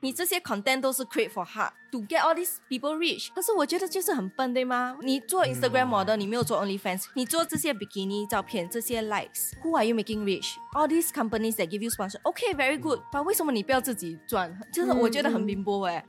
你这些 content 都是 create for hard to get all these people rich。可是我觉得就是很笨，对吗？你做 Instagram model，你没有做 OnlyFans，你做这些比基尼照片，这些 likes，who are you making rich？All these companies that give you sponsor，OK，very、good。但为什么你不要自己赚？就是我觉得很贫瘠哎、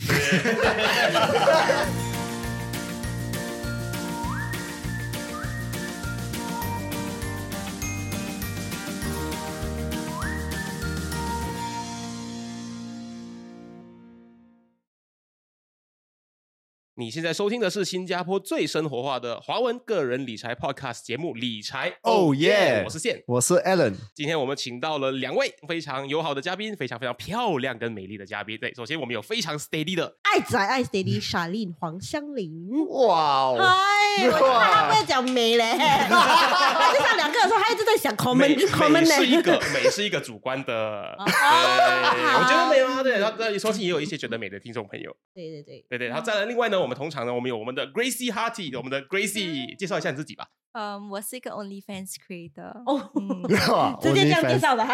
你现在收听的是新加坡最生活化的华文个人理财 podcast 节目《理财 Oh yeah 我是线。我是 Alan，今天我们请到了两位非常友好的嘉宾，非常非常漂亮跟美丽的嘉宾。对，首先我们有非常 steady 的，爱仔爱 Steady 傻令黄香玲。哇嗨，哦，我就怕他不会讲美嘞，他就上两个的时候，他一直在想 common 美 common 美是一个 呢。美是一个主观的，哦对，我觉得美吗？对，然后对相信也有一些觉得美的听众朋友，对对对，对对。然后再来，另外呢，我们通常呢，我们有我们的 Gracie Harty，我们的 Gracie 介绍一下你自己吧。嗯我是一个 OnlyFans creator。哦嗯 哇直接这样介 OnlyFans 绍的。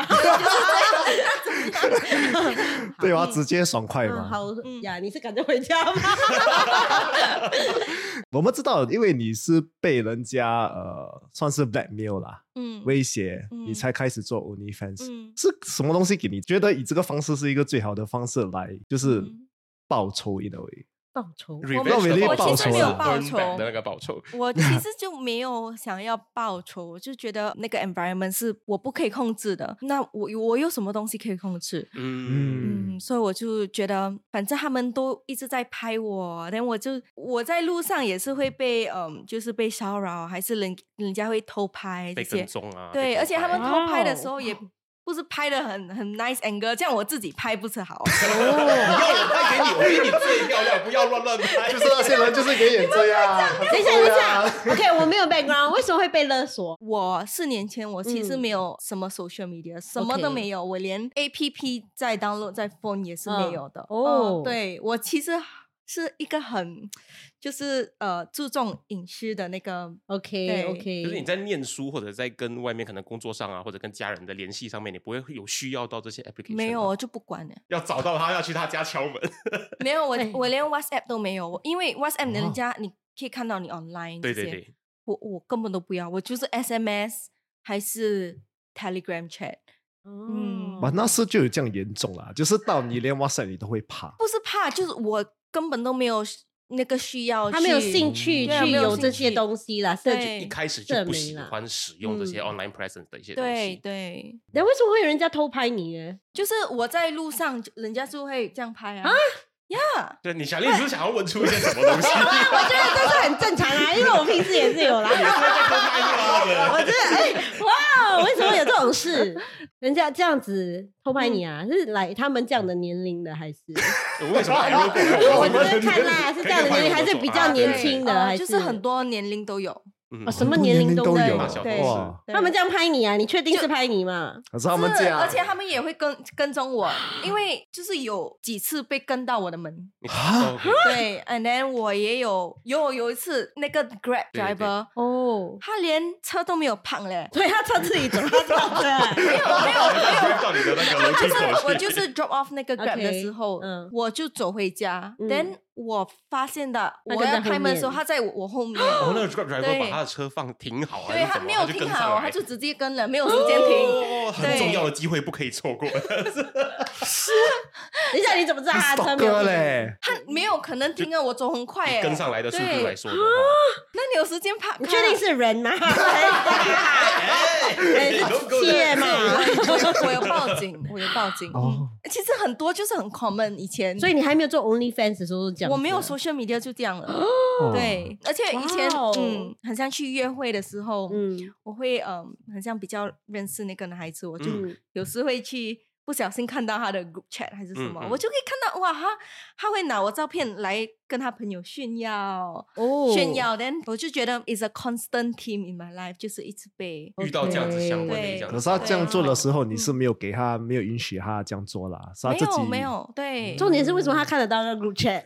对啊，直接爽快嗯，嘛。好嗯呀，你是赶着回家吗？我们知道，因为你是被人家呃，算是 blackmail 啦， 嗯威胁，你嗯才开始做 OnlyFans，嗯是什么东西给你觉得以这个方式是一个最好的方式来就是嗯报仇一的为？报 仇 Revenge 没有的报仇是啦 burn 报啊 back 仇的那个报仇，我其实就没有想要报仇，我就觉得那个 environment 是我不可以控制的。那我我有什么东西可以控制？嗯。嗯，所以我就觉得，反正他们都一直在拍我，然后我就我在路上也是会被嗯，就是被骚扰，还是人人家会偷拍这被些跟。踪啊，对，而且他们拍偷拍的时哇候也不是拍的很很 nice angle，这样我自己拍不是好？你要我拍给你，我给你最漂亮，不要乱乱 拍。就是那些人就是给演这样， 等一下，等一啊下。，OK，我没有 background，为什么会被勒索？我四年前我其实嗯没有什么 social media，、什么都 OK 没有，我连 A P P 在 download 在 phone 也是没嗯有的。哦嗯对我其实是一个很就是呃注重隐私的那个 OK 对 OK，就是你在念书或者在跟外面可能工作上啊，或者跟家人的联系上面，你不会有需要到这些 application 吗。没有，我哦就不管了。要找到他，要去他家敲 门。没有，我哎我连 WhatsApp 都没有，我因为 WhatsApp 哦人家、你可以看到你 online 对这对些对，我我根本都不要，我就是 SMS 还是 Telegram chat。嗯哇，哦那是就有这样严重啦，就是到你连 WhatsApp 你都会怕。不是怕，就是我根本都没有那个需要去，他没有兴趣对啊去没有有兴这些趣东西啦，社对群一开始就不喜欢使用这些嗯 online presence 的一些东对西。对，那为什么会有人家偷拍你呢？就是我在路上，人家就会这样拍啊。啊 呀，对，你想，你是不是想要问出一些什么东西？ 我觉得这是很正常啊，因为我平时也是有啦。你是在偷拍吗？我真的哎，哇哦，为什么有这种事？人家这样子偷拍你啊，是来他们这样的年龄的还是？我为什么还如果我我这边看啦，是这样的年龄还是比较年轻的，还呃就是很多年龄都有，哦嗯，什么年龄很多年有龄都有对。哇对他们这样拍你啊，你确定是拍你吗？可是他们这样，啊而且他们也会跟跟踪我，因为就是有几次被跟到我的门。啊 对，and then 我也有有有一次那个 Grab 对对 driver，对哦，他连车都没有胖嘞。对他车自己走，他照着。 到你的那个楼就梯是口我去。就是 drop off 那个 grab OK，的时候嗯我就走回家。嗯 then 我发现的，他我跟在要后开门的时候，面他在我我后面，然后哦那个 grab driver 哦对把他的车放停好，还对是他怎么没有就停跟上好，来他就直接跟了，没有时间停。哦，很对重要的机会不可以错过。等一下，你怎么知道他的车没有哥停？嘞，他没有可能停啊，我走很快哎， 跟上来的速度对来说 的话，那你有时间怕？啊你确 定是人吗？哎，是切嘛？我我有报警，我有报警。哦嗯，其实很多就是很 common 以前，所以你还没有做 OnlyFans 的时候是这样子啊，我没有 social media 就这样了。哦，对，而且以前嗯哇哦嗯，很像去约会的时候，嗯，我会嗯，很像比较认识那个男孩子，我就嗯有时会去不小心看到他的 group chat 还是什么，嗯嗯我就可以看到哇，他他会拿我照片来跟他朋友炫耀、哦炫。耀，then 我就觉得 is a constant theme in my life，就是一直被。遇到这样子相关的一对样，可是他这样做的时候，你嗯是没有给他，没有允许他这样做啦，是他没自己有没有，对，重点是为什么他看得到那个 group chat？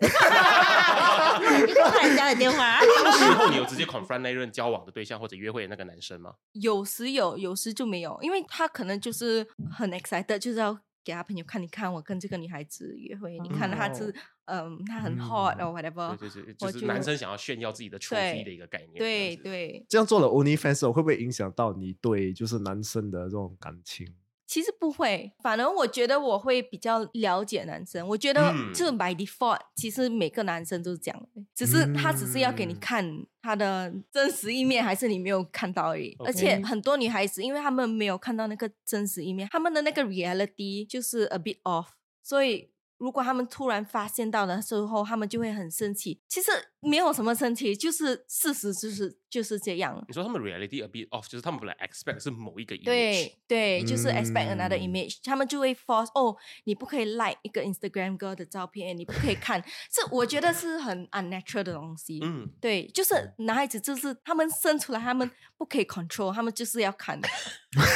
因为你就看人家的电话。当时候你有直接 confront 那一任交往的对象或者约会的那个男生吗？有时有，有时就没有，因为他可能就是很 excited，就是要给他朋友看，你看我跟这个女孩子约会，你哦看她是嗯，她很 hot 嗯哦 whatever，对对对，我就是觉男得生想要炫耀自己的 trophy 的一个概念。对这样子对，这样做了 OnlyFans 会不会影响到你对就是男生的这种感情？其实不会，反而我觉得我会比较了解男生。我觉得嗯这 by default，、其实每个男生都是这样的，只是他只是要给你嗯看他的真实一面，还是你没有看到而已。 OK 而且很多女孩子，因为她们没有看到那个真实一面，她们的那个 reality 就是 a bit off，所以。如果他们突然发现到的时候，他们就会很生气。其实没有什么生气，就是事实，就是就是这样。你说他们 reality a bit off，就是他们本来 expect 是某一个 image，对对，就是 expect another 嗯 image，、他们就会 force 哦，你不可以 like 一个 Instagram girl 的照片，你不可以看，这我觉得是很 unnatural 的东西。嗯，对，就是男孩子，就是他们生出来，他们不可以 control，他们就是要看。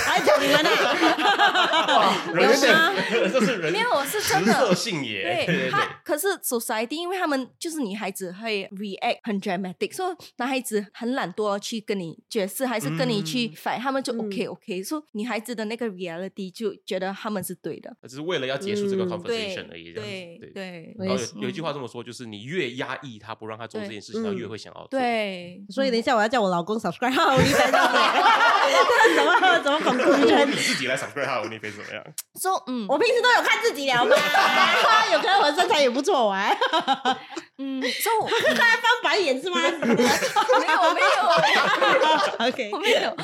还讲你们啊？人有性吗？， 这是人没哦有，是真人色的。性对也。对他，可是 society，因为他们就是女孩子会 react 很 dramatic，所以男孩子很懒惰去跟你解释，还是跟你去嗯反，他们就嗯 OK OK，所以女孩子的那个 reality 就觉得他们是对的。只是为了要结束这个嗯 conversation 而已，这样对子。对。对我然后也有有一句话这么说，就是你越压抑他，不让他做这对件事情，他嗯越会想要做。对， 所以嗯等一下我要叫我老公 subscribe 到 我 OnlyFans，这是什么怎么 conclusion？你自己来 subscribe 他 o n l y f 怎么样？说嗯我平时都有看自己聊嘛，有看我身材也不错，我还嗯，说我翻白眼是吗 没有我没有？OK，我没 有，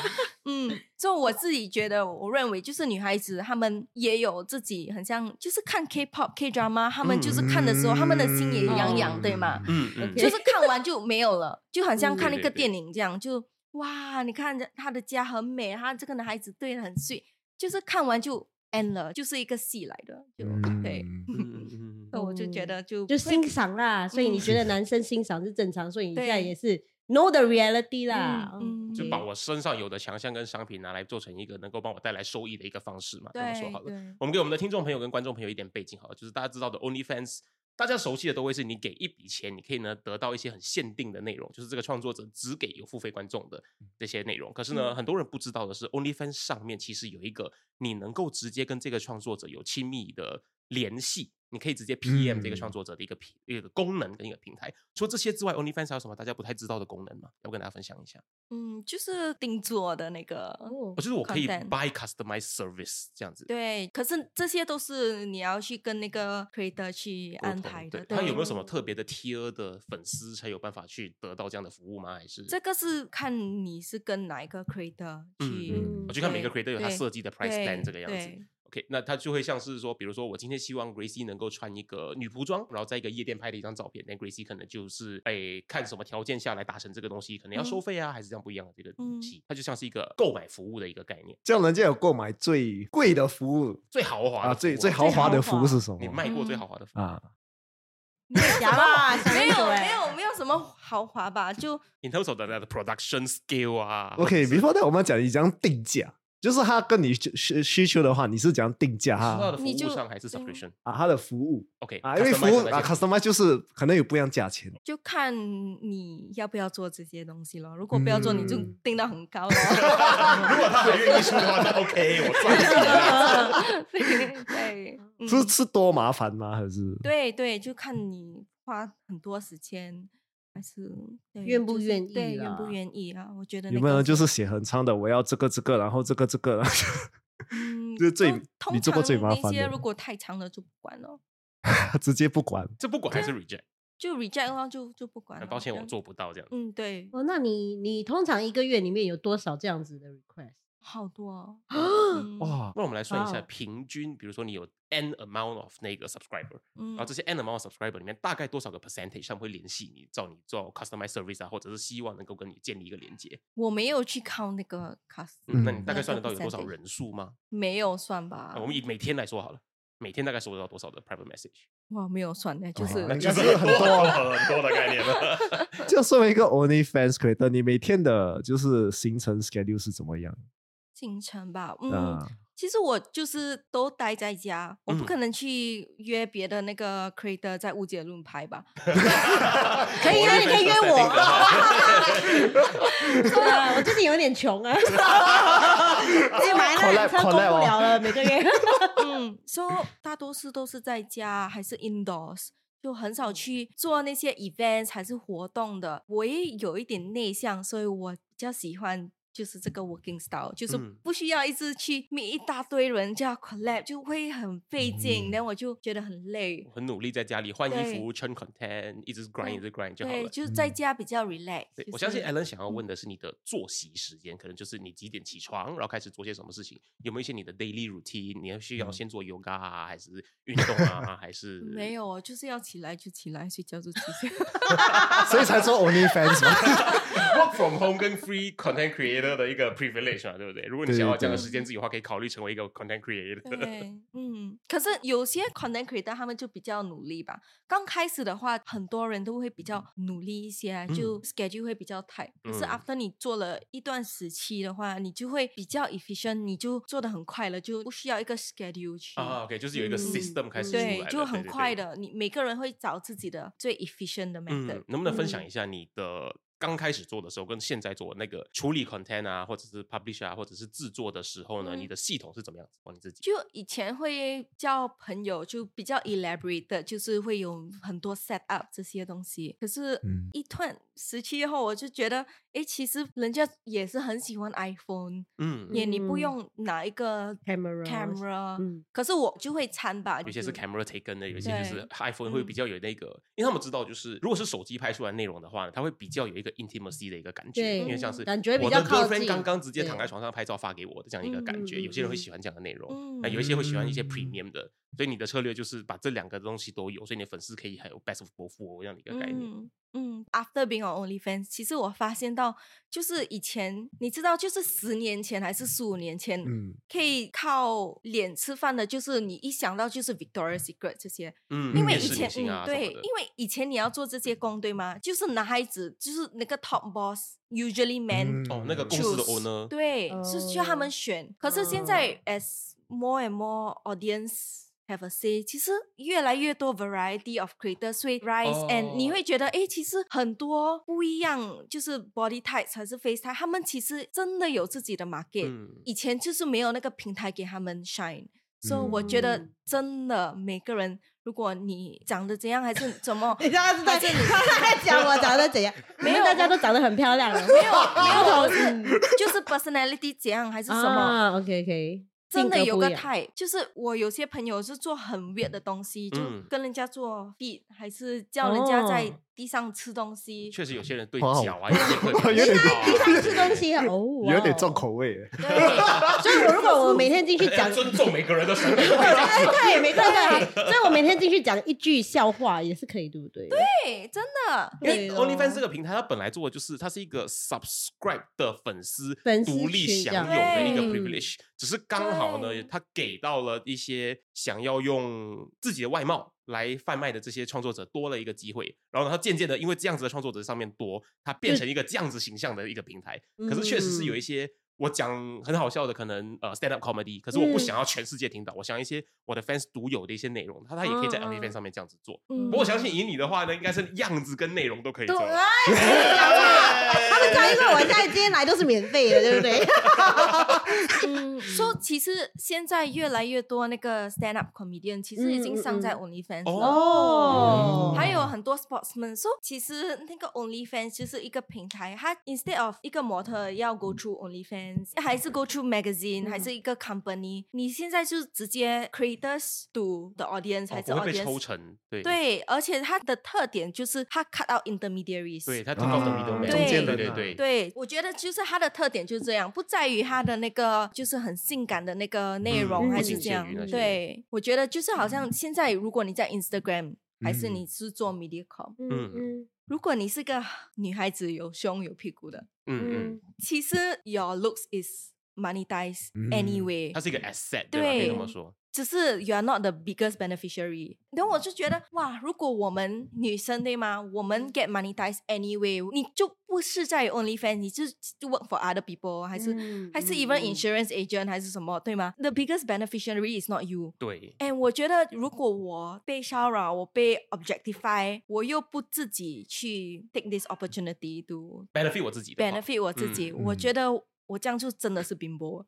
嗯，就我自己觉得，我认为就是女孩子她们也有自己很像，就是看 K-pop、K drama，她们就是看的时候，她们的心也痒痒，对吗？嗯嗯 OK 就是看完就没有了，就很像嗯看一对个对对电影这样，就哇，你看着她的家很美，她这个男孩子对她很 sweet，就是看完就 end 了，就是一个戏来的，就对，嗯嗯嗯嗯嗯所以我就觉嗯得就就会欣赏啦，所以你觉得男生欣赏是正常，所以你现对在也是 know the reality 啦，嗯嗯就 OK 把我身上有的强项跟商品拿来做成一个能够帮我带来收益的一个方式嘛，这么对说好了。对。我们给我们的听众朋友跟观众朋友一点背景好了，就是大家知道的 OnlyFans，大家熟悉的都会是你给一笔钱，你可以呢得到一些很限定的内容，就是这个创作者只给有付费观众的这些内容。可是呢，嗯很多人不知道的是，OnlyFans 上面其实有一个你能够直接跟这个创作者有亲密的联系。你可以直接 PM 这个创嗯作者的一个平、一个功能跟一个平台。除了这些之外，OnlyFans 还有什么大家不太知道的功能吗？要不跟大家分享一下。嗯，就是定做的那个，哦，哦就是我可以 Content buy customized service 这样子。对。可是这些都是你要去跟那个 creator 去沟安通排的。对，他有没有对什么特别的 tier 的粉丝才有办法去得到这样的服务吗？还是这个是看你是跟哪一个 creator 去。嗯嗯我去看每个对 creator 有他对设计的 price 对 plan 这个样子。对 OK，那他就会像是说，比如说我今天希望 Gracie 能够穿一个女仆装，然后在一个夜店拍的一张照片，那 Gracie 可能就是诶看什么条件下来达成这个东西，可能要收嗯费啊，还是这样不一样的这个东嗯西，它就像是一个购买服务的一个概念，这样人家有购买最贵的服务最豪华啊，的最服务最豪华的服务是什么？你卖过最嗯豪华的服务啊，假吧，没有没有，有没有什么豪华吧，就，in terms of the the production skill 啊或者是 OK，before、that，我们讲你怎样定价，就是他跟你需需需求的话，你是怎样定价收到他的服你务就上还是对 subscription。啊他的服务 OK 啊，因为服务 customize 的那啊些 customize 就是可能有不一样价钱。就看你要不要做这些东西咯。如果不要做，你就嗯定到很高咯。 如果他还愿意出的话，那 OK，我赚。 对对， 嗯是是多麻烦吗？还是对对，就看你花很多时间，还是对愿不就是愿意对，愿啦不愿意啊？我觉得有那没有个人就是 写很长的，我要这个这个，然后这个这个，然后嗯就是最通你做过常最麻那烦些的如果太长了就不管了，就 直接不管。嗯这不管还是啊 reject，就 reject 了就就不管了。很抱歉这我样做。不到这样。嗯，对，哦，那你你通常一个月里面有多少这样子的 request？好多哦。啊嗯，哇，那我们来算一下哇哦平均，比如说你有 n amount of 那个 subscriber，嗯然后这些 n amount of subscriber 里面大概多少个 percentage 他们会联系你，找你做 customer service 啊，或者是希望能够跟你建立一个连接。我没有去 count 那个 cost，嗯，那你嗯大概那算得个到有多少 percentage 人数吗？没有算吧啊？我们以每天来说好了。每天大概收到多少的 private message？哇，没有算的，就哦是那就是很多啊哦很多的概念了。 就作为一个 OnlyFans creator，你每天的就是行程 schedule 是怎么样？进城吧。嗯，啊，其实我就是都待在家，我不嗯可能去约别的那个 creator 在乌节论拍吧。可以啊，你可以 约我。对啊，我最近有点穷啊，哎、买那辆车 Collab- 供不 collab 哦了了，每个 月。嗯，所、以大多数都是在家，还是 indoors，就很哦少去做那些 events 还是活动的。我也有一点内向，所以我比较喜欢。就是这个 working style，就是嗯不需要一直去 meet 一大堆人，这样 collab 就会很费嗯劲，然后我就觉得很累我。很努力在家里换衣对服、穿 content，一直 grind 一直 grind 就好对，了。就是在嗯家比较 relax 对就是。我相信 Alan 想要嗯问的是你的作息时间，可能就是你几点起床，然后开始做些什么事情，有没有一些你的 daily routine？你要需要嗯先做 yoga 啊，还是运动啊，还是没？有哦，就是要起来就起来，睡觉就睡觉。 所以才做 Only Fans 嘛。 work from home 跟 free content creator 的一个 privilege 嘛，对不对？如果你对想要对这样对的时间自己的话，可以考虑成为一个 content creator。对，嗯，可 是有些 content creator 他们就比较努力吧。刚开始的话，很多人都会比较努力一些啊，就 schedule 会比较 tight、可是嗯 after 你做了一段时期的话，你就会比较 efficient，你就做的很快了，就不需要一个 schedule 去。啊，OK，就是有一个嗯 system 开始出来对了，，就很对快。的，你每个人会找自己的最 efficient 的对 method 嗯。，能不能分享嗯一下你的刚开始做的时候，跟现在做那个处理 content 啊，或者是 publish 啊，或者是制作的时候呢？嗯你的系统是怎么样子？哦帮你自己？就以前会叫朋友，就比较 elaborate，的就是会有很多 set up 这些东西。可是嗯，一段时期后，我就觉得，诶，其实人家也是很喜欢 iPhone，、嗯，也你不嗯用哪一个 Camera camera，、嗯可是我就会掺吧，有些是就 camera taken 的，有一些就是嗯对 iPhone 会嗯比较有那个，因为他们知道就是如果是手机拍出来的内容的话呢，它会比较有一个 intimacy 的一个感觉，对因为像是感觉比我较的靠 girlfriend 近。刚刚直接躺在对床上拍照发给我的这样一个感觉，嗯嗯有些人会嗯喜欢这样的内容，嗯那有一些会喜欢一些嗯 premium 的，所以你的策略就是把这两个东西都有，所以你的粉丝可以还有 best of both world 这样的一个概念。嗯嗯，After being on OnlyFans，其实我发现到，就是以前你知道，就是十年前还是十五年前， 嗯，可以靠脸吃饭的，就是你一想到就是 Victoria Secret 这些，嗯，因为面以试明前星啊嗯什么对，的嗯因为以前你要做这些工对吗？就是男孩子就是那个 top boss usually man，、嗯哦那个公司的 choose owner，对，是需要他哦们选。可是现在、as more and more audience。Have a say，其实越来越多 variety of creators 会 rise、and 你哦会觉得，诶，其实很多不一样，就是 body types 还是 face type，他们其实真的有自己的 market，、嗯，以前就是没有那个平台给他们 shine，所、以我觉得嗯，真的每个人，如果你长得怎样还是怎么你刚刚是在哦这里他在讲我长得怎 样？没没有有，大家都长得很漂亮啊，嗯没有没有，就是 personality 怎样还是什什么，啊么？OK OK，真的有个 type，就是我有些朋友是做很 weird 的东西，就嗯跟人家做 feed，还是叫人家在哦地上吃东西，确实有些人对哇哦脚啊，有些人 会有点地上吃东， 西啊哦，哇有点重。口味耶。对，所以我如果我每天进对去对对讲要哎 尊重每个人 的审美。 对对，没错对，所以我每天进去讲一句笑话也是可以，对不对？对，对真 的，因为对咯 OnlyFans 这个平台，它本来做的就是它是一个 subscribe 的粉丝粉丝独立群这享样有的一个对 privilege，只是刚好呢对，它给到了一些想要用自己的外貌来贩卖的这些创作者多了一个机会，然后呢，它渐渐的因为这样子的创作者上面多，它变就成一个这样子形象的一个平台。可是确实是有一嗯些。我讲很好笑的，可能呃 stand up comedy，可是我不嗯想要全世界听到，我想要一些我的 fans 独有的一些内容，它它也可以在嗯嗯 OnlyFans 上面这样子做。嗯不过我相信以你的话呢，应该是样子跟内容都可以做。对啊哦他们知道，因为我现在今天来都是免费的，对不对？嗯，说、其实现在越来越多那个 stand up comedian 其实已经上在嗯 OnlyFans 哦了。哦还有很多 sportsman，说、其实那个 OnlyFans 就是一个平台，它 instead of 一个模特要 go through OnlyFans，还是 go through magazine，、嗯还是一个 company，你现在就直接 creators to the audience，、哦还是不会被 audience 抽成，对对，而且它的特点就是它 cut out intermediaries。对，他听到的啊 middle 中间对人对啊对，对，我觉得就是它的特点就是这样，不在于它的那个就是很性感的那个内嗯容、不还仅是这限样于那。些嗯对，我觉得就是好像现在，如果你在 Instagram，还是嗯你是做 media com，嗯如果你是个女孩子，有胸有屁股的，嗯嗯，其实 your looks is monetized 嗯 anyway，、它是一个 asset，对吧？可以这对么说。只是 you are not the biggest beneficiary。然后我就觉得，哇，如果我们女生对吗？我们 get monetized anyway，你就不是在 OnlyFans，你就就 work for other people，还嗯是、还是 even insurance agent 还是什么，对吗？The biggest beneficiary is not you。对，哎，我觉得如果我被骚扰，我被 objectify，我又不自己去 take this opportunity to benefit 我自己的话 benefit 我自己，嗯我觉得我这样就真的是冰雹，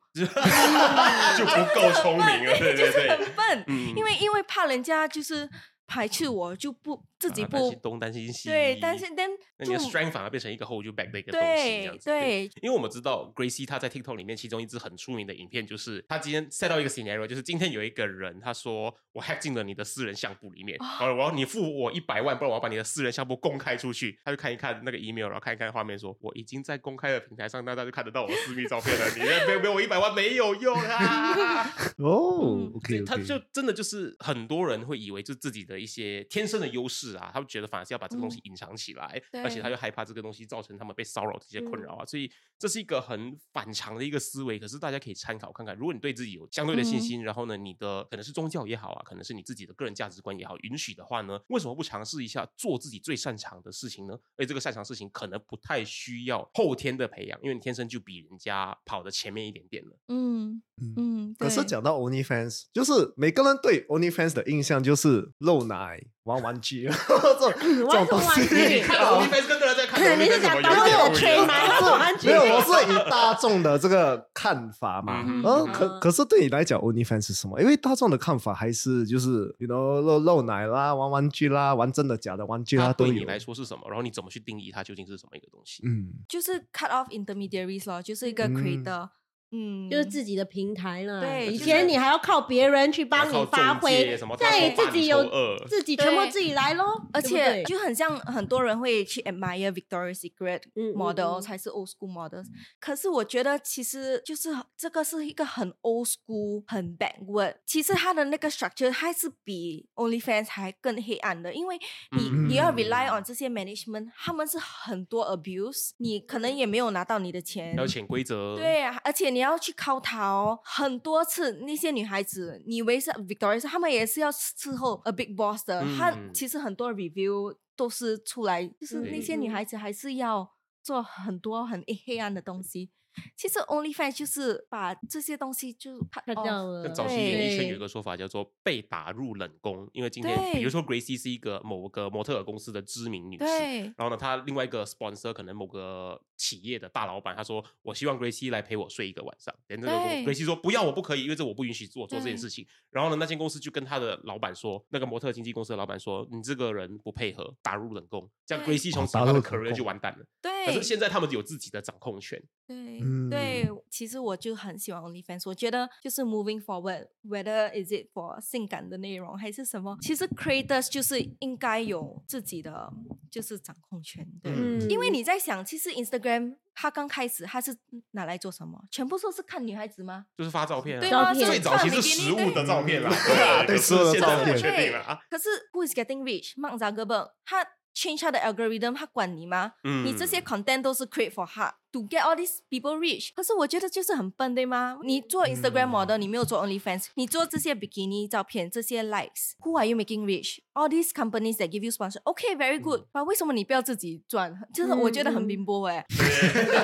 就不够聪 明啊了，对对就是对，很笨，嗯因为因为怕人家就是排斥我，就不自己啊担不、心东担心西，对，但是但那你的就 strength 反而变成一个 hold you back 的一个东西，这样对子。对因为我们知道 Gracie 她在 TikTok 里面其中一支很出名的影片，就是她今天 set 到一个 scenario，就是今天有一个人他说我 hack 进了你的私人相簿里面，然后我要你付我一百万，不然我要把你的私人相簿公开出去。他就看一看那个 email，然后看一看画面说我已经在公开的平台上，那大家就看得到我私密照片了，你 要不要给我一百万没有用啊啦。 哦嗯所以，OK，他就真的就是很多人会以为就自己的一些天生的优势啊，他们觉得反而是要把这个东西隐藏起来，对而且他又害怕这个东西造成他们被骚扰这些困扰啊，所以这是一个很反常的一个思维。可是大家可以参考看看，如果你对自己有相对的信心，然后呢，你的可能是宗教也好啊，可能是你自己的个人价值观也好，允许的话呢，为什么不尝试一下做自己最擅长的事情呢？而且这个擅长事情可能不太需要后天的培养，因为你天生就比人家跑的前面一点点了。嗯嗯嗯，可是对讲到 OnlyFans，就是每个人对 OnlyFans 的印象就是露奶、玩玩具啊 这种这种东西。嗯玩具你看 o n l f a n 跟大家在看哦你 OnlyFans 是怎想么有当点我不一吹样吗？他是玩具没有，我是以大众的这个看法嘛。嗯然后嗯可可是对你来讲，OnlyFans 是什么？因为大众的看法还是就是，you know，露露奶啦，玩玩具啦，玩真的假的玩具它啦，都对你有。来说是什么，然后你怎么去定义它究竟是什么一个东西？嗯，就是 cut off intermediaries 咯，就是一个嗯 creator，嗯，就是自己的平台啦。对以就是前你还要靠别人去帮然后你发中介挥什么，，现在你自己有二，自己全部对自己来喽。而对不且对就很像很多人会去 admire Victoria's Secret 嗯嗯 model 嗯才是 old school model，可是我觉得其实就是这个是一个很 old school 很 backward，其实它的那个 structure 还是比 OnlyFans 还更黑暗的，因为你你要嗯 rely on 这些 management，他们是很多 abuse，你可能也没有拿到你的钱还有。潜规则，对啊，而且你要去敲逃很多次，那些女孩子，你以为是 Victoria，她们也是要伺候 a big boss 的。她、嗯其实很多 review 都是出来，就是那些女嗯孩子还是要做很多很黑暗的东西。其实 OnlyFans 就是把这些东西就哦 cut 看 off 到了，那早期演艺圈对有一个说法叫做被打入冷宫，因为今天比如对说 Gracie 是一个某个模特儿公司的知名女士，对然后呢，她另外一个 sponsor 可能某个企业的大老板，他说我希望 Gracie 来陪我睡一个晚上，连这个对 Gracie 说不要，我不可以，因为这我不允许做做这件对事情。然后呢，那间公司就跟他的老板说，那个模特经纪公司的老板说，你这个人不配合，打入冷宫，这样对 Gracie 从哦此打她的入冷 career 就宫完蛋了。可对是现在他们有自己的掌控权，对、嗯对，其实我就很喜欢 OnlyFans，我觉得就是 moving forward，whether is it for 性感的内容还是什么，其实 creators 就是应该有自己的就是掌控权，对。嗯因为你在想，其实 Instagram 它刚开始它是拿来做什么？全部都是看女孩子吗？就是发照片啊，对照啊，片最是早看期比是基实尼物对的照片啦，啊 对可是实物的现照在片不确定了啊，可是 Who is getting rich？孟扎哥本他 change 他的 algorithm，他管你吗？嗯你这些 content 都是 create for 他 to get all these people rich。可是我觉得就是很笨，对吗？你做嗯 Instagram model，你没有做 OnlyFans，你做这些 bikini 照片，这些 likes，Who are you making rich? All these companies that give you sponsor, OK, very good、啊，为什么你不要自己赚？就是我觉得很嗯嗯嗯贫瘠 哎、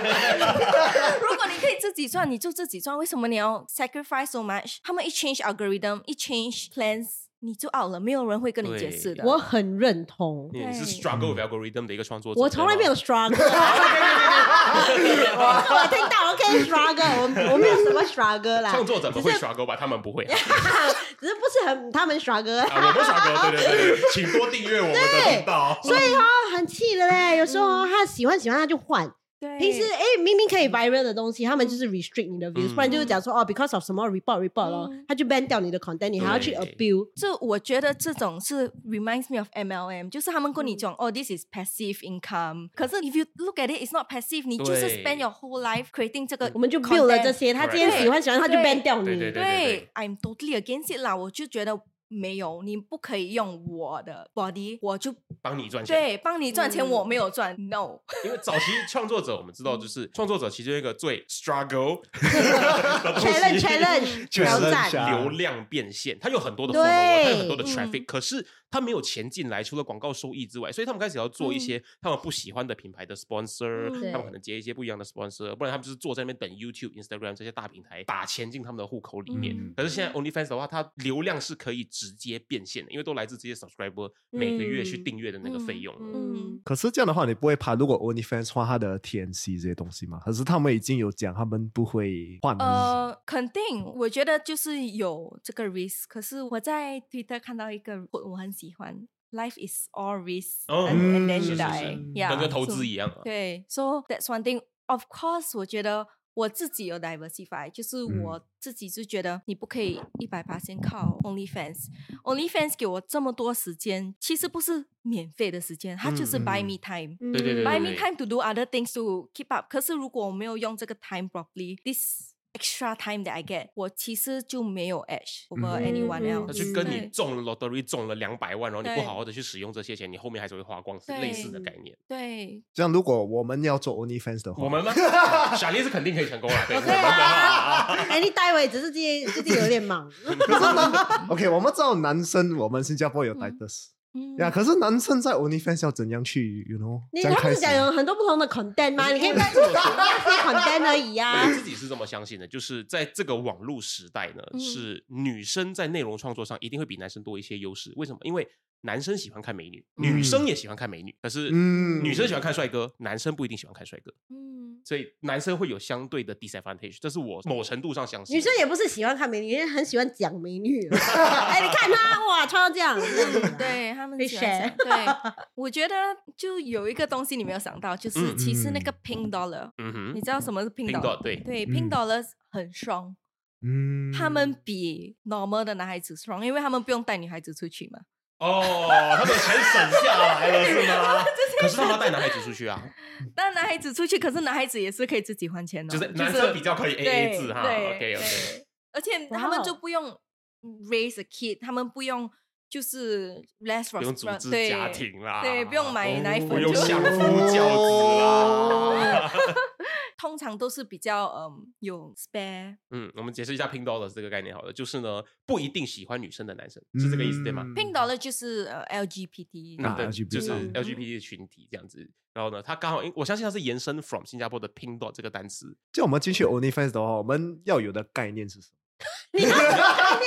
如果你可以自己赚，你就自己赚，为什么你要 sacrifice so much？他们一 change algorithm，一 change plans，你就 out 了，没有人会跟你解释的。我很认同，你你对是 struggle with algorithm 的一个创作者，我从来没有 struggle，我听到 OK struggle，我我没有什么 struggle 对吗啦，创作者们会 struggle 吧，他们 不会啊，只是不是很他们 struggle 啊我们 struggle，对对对对，请多订阅我们的频道。所以哦，很气的嘞。有时候哦他喜欢喜欢他就换，对，平时哎明明可以 viral 的东西，他们就是 restrict 你的 views，嗯不然就是讲说哦 because of 什么 report report 咯嗯，他就 ban 掉你的 content，你还要去对 abuse。这我觉得这种 是 reminds me of MLM，就是他们跟嗯你讲、哦，this is passive income，可是 if you look at it，it's not passive，你就是对 spend your whole life creating 这个，我们就 build 了这 content。些，他今天喜欢喜欢他就对 ban 掉对对对。你对，I'm totally against it 啦，我就觉得没有，你不可以用我的 body，我就帮你赚钱，对帮你赚钱，嗯我没有赚，no。因为早期创作者我们知道，就是创作者其中一个最 struggle 的东西 challenge challenge 就是挑战下流量变现，它有很多的 f o 对 l 它有很多的嗯 traffic，、可是它没有钱进来，除了广告收益之外，所以他们开始要嗯做一些他们不喜欢的品牌的 sponsor，、嗯他们可能接一些不一样的 sponsor，不然他们就是坐在那边等 YouTube、Instagram 这些大平台打钱进他们的户口里面。嗯可是现在 OnlyFans 的话，它流量是可以直接变现的，因为都来自这些 subscriber 每个月去嗯订阅的那个费用了。嗯嗯，可是这样的话，你不会怕？如果 OnlyFans 换他的 TNC 这些东西嘛？可是他们已经有讲，他们不会换。呃，肯定，我觉得就是有这个 risk。可是我在 Twitter 看到一个 quote，我很喜欢，Life is all risk 哦 and, and 嗯 then 是是 you 是 die，yeah, 跟跟投 so- 资一样啊。对，so that's one thing. Of course，我觉得我自己有 diversify，就是嗯我自己就觉得你不可以一百八先靠 OnlyFans。OnlyFans 给我这么多时间，其实不是免费的时间，它就是嗯 buy 嗯 me time。对对对对 buy me 对 time to do other things to keep up。可是如果我没有用这个 time properly，this extra time that I get，我其实就没有 edge 嗯 over 哼 anyone 嗯 else、嗯那他就对跟你中了 lottery 中了两百万，然后你不对好好的去使用这些钱，你后面还是会花光，是类似的概念。对这样，如果我们要做 OnlyFans 的话，我 们吗？小丽是肯定可以成功了，哦对，我们啊的话，哎，你待会只是今天最近有点忙， OK，我们知道男生，我们新加坡有嗯 titles 嗯呀，可是男生在 OnlyFans 要怎样去，you know？你这样他开们始讲有很多不同的 content 吗？你可以卖自己的 content 而已呀我。自己是这么相信的，就是在这个网络时代呢，嗯是女生在内容创作上一定会比男生多一些优势。为什么？因为男生喜欢看美女，嗯女生也喜欢看美女，可是嗯女生喜欢看帅哥，男生不一定喜欢看帅哥， 嗯所以男生会有相对的 disadvantage。这是我某程度上相信的。女生也不是喜欢看美女，也很喜欢讲美女。哎，你看她哇，穿到这样，这样子啊，对他们被喜欢讲对， 我觉得就有一个东西你没有想到，就是嗯其实那嗯个 pink dollar，、嗯你哼，知道什么是 pink 听 dollar？到对，对，pink 嗯 dollar 很 strong，、嗯，他们比 normal 的男孩子 strong，因为他们不用带女孩子出去嘛。哦，他们钱省下来了是吗？可是他们要带男孩子出去啊，但男孩子出去，可是男孩子也是可以自己还钱的，哦就是男生比较可以 A A 嗯对制哈对，OK OK，对而且他哇们哦就不用 raise a kid，他们不用就是 less 不用组 respons- 织对家庭啦，哦对不用买奶粉不用就相夫教子 啦。通常都是比较嗯有 spare 嗯，我们解释一下 pink dollars 这个概念好了，就是呢不一定喜欢女生的男生嗯是这个意思对吗？ pink dollar 就是呃 LGBT 啊对， LGBT 就是嗯 LGBT 的群体这样子。然后呢，它刚好，因我相信它是延伸 from 新加坡的 pink dot 这个单词。就我们进去 OnlyFans 的话，我们要有的概念是什么？你看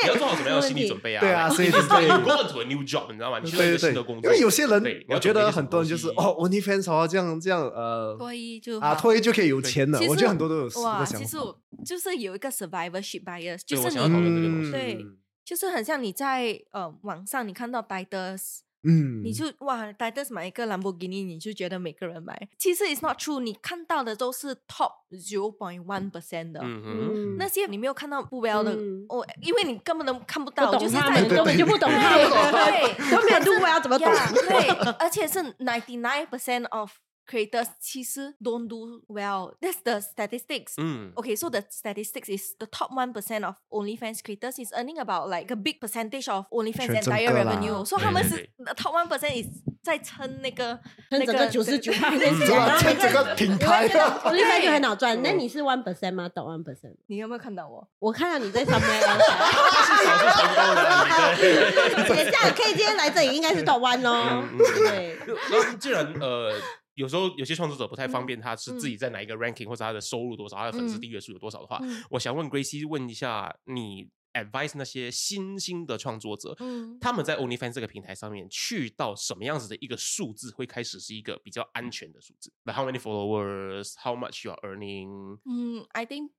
你要做好什么样的心理准备啊？对啊，所以就是 你 go into a new job，你知道吗？你去到一对个对新的对工，因作，为有些人对，我觉得很多人就是，你要哦，OnlyFans 哦，这样这样，呃，脱衣就啊，好脱衣就可以有钱了其。实我觉得很多都有这哇，个想其实法。我就是有一个 survivorship bias，对就我是想嗯要讨你论这个东西对就是很像你在呃网上你看到 titles，嗯，你就哇 titles 买一个兰博基尼，你就觉得每个人买，其实 it's not true，你看到的都是 top zero point one percent 的，嗯哼，嗯那些你没有看到不 well 的嗯，哦，因为你根本都看不不到，就懂是他在们，根本就不懂他对 们，对都没有度过要怎么懂？ Yeah，对，而且是 ninety nine percent of creators 其实 don't do well. That's the statistics. 嗯 Okay, so the statistics is the top one percent of OnlyFans creators is earning about like a big percentage of OnlyFans 全整 entire 个啦 revenue. 所以对他们对是对 the top one percent is 在撑那个撑整个那个99%你怎么趁这个品啊牌？我一般就很好赚。那你是 one percent 吗？懂 one percent？你有没有看到我？我看到你在上面，我是成功的，对。这样可以今天来这里，应该是懂 one 喽嗯嗯。对， 然 后既然呃，有时候有些创作者不太方便，他是自己在哪一个 ranking 或者他的收入多少，他的粉丝嗯订阅数有多少的话，嗯我想问 Gracie 问一下，你 advise 那些新兴的创作者，嗯他们在 OnlyFans 这个平台上面去到什么样子的一个数字，会开始是一个比较安全的数字？Like how many followers? How much you are earning 嗯，I think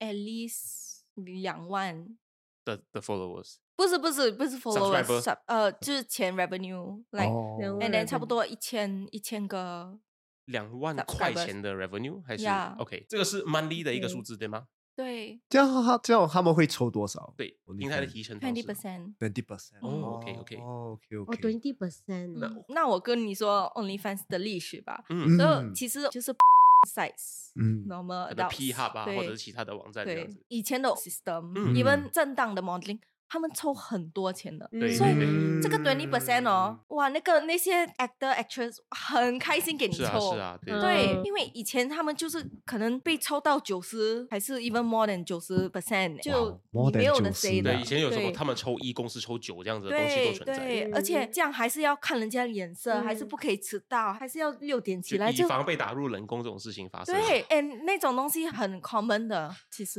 at least 两万。 the the followers？不是不是不是 Subscriber followers，sub- 呃，就是前 revenue，like 哦， And then 差不多一千一千个，两万 Subscribers 块钱的 revenue 还是 Yeah OK？这个是 monthly 的一个 Okay 数字对吗？对这样他这样他们会抽多少？对， OnlyFans 平台的提成方式，twenty percent。 ，twenty percent。哦，OK，OK 哦，OK 哦 OK。 ，twenty percent。嗯那我跟你说 OnlyFans 的历史吧，嗯，所嗯以其实就是 size 嗯 normal 可能 adult P Hub 啊，或者是对其他的网站这样对子。，以前的 system，嗯 even 正当的 modeling，他们抽很多钱的。对所以嗯这个 twenty percent 哦，哇，那个那些 actor actress 很开心给你是抽，啊，是啊，对嗯对，因为以前他们就是可能被抽到九十，还是 even more than 九十 percent，就，more 你没 than 有的90谁对，的以。前有什么对他们抽一，公司抽九这样子的东西都对存在，对嗯，而且这样还是要看人家脸色，还是嗯不可以迟到，还是要六点起就来以就哎防被打入冷宫这种事情发生。对，嗯，那种东西很 common 的，其实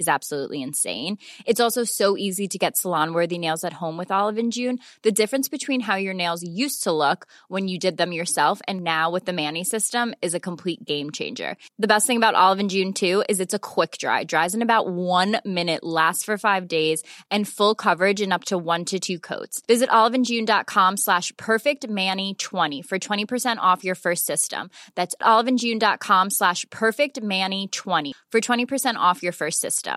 is absolutely insane. It's also so easy to get salon worthy nails at home with Olive and June. The difference between how your nails used to look when you did them yourself and now with the Manny system is a complete game changer. The best thing about Olive and June, too, is it's a quick dry. It dries in about one minute, lasts for five days, and full coverage in up to one to two coats. Visit oliveandjune.com slash perfectmanny20 for 20% off your first system. That's oliveandjune.com slash perfectmanny20 for 20% off your first system.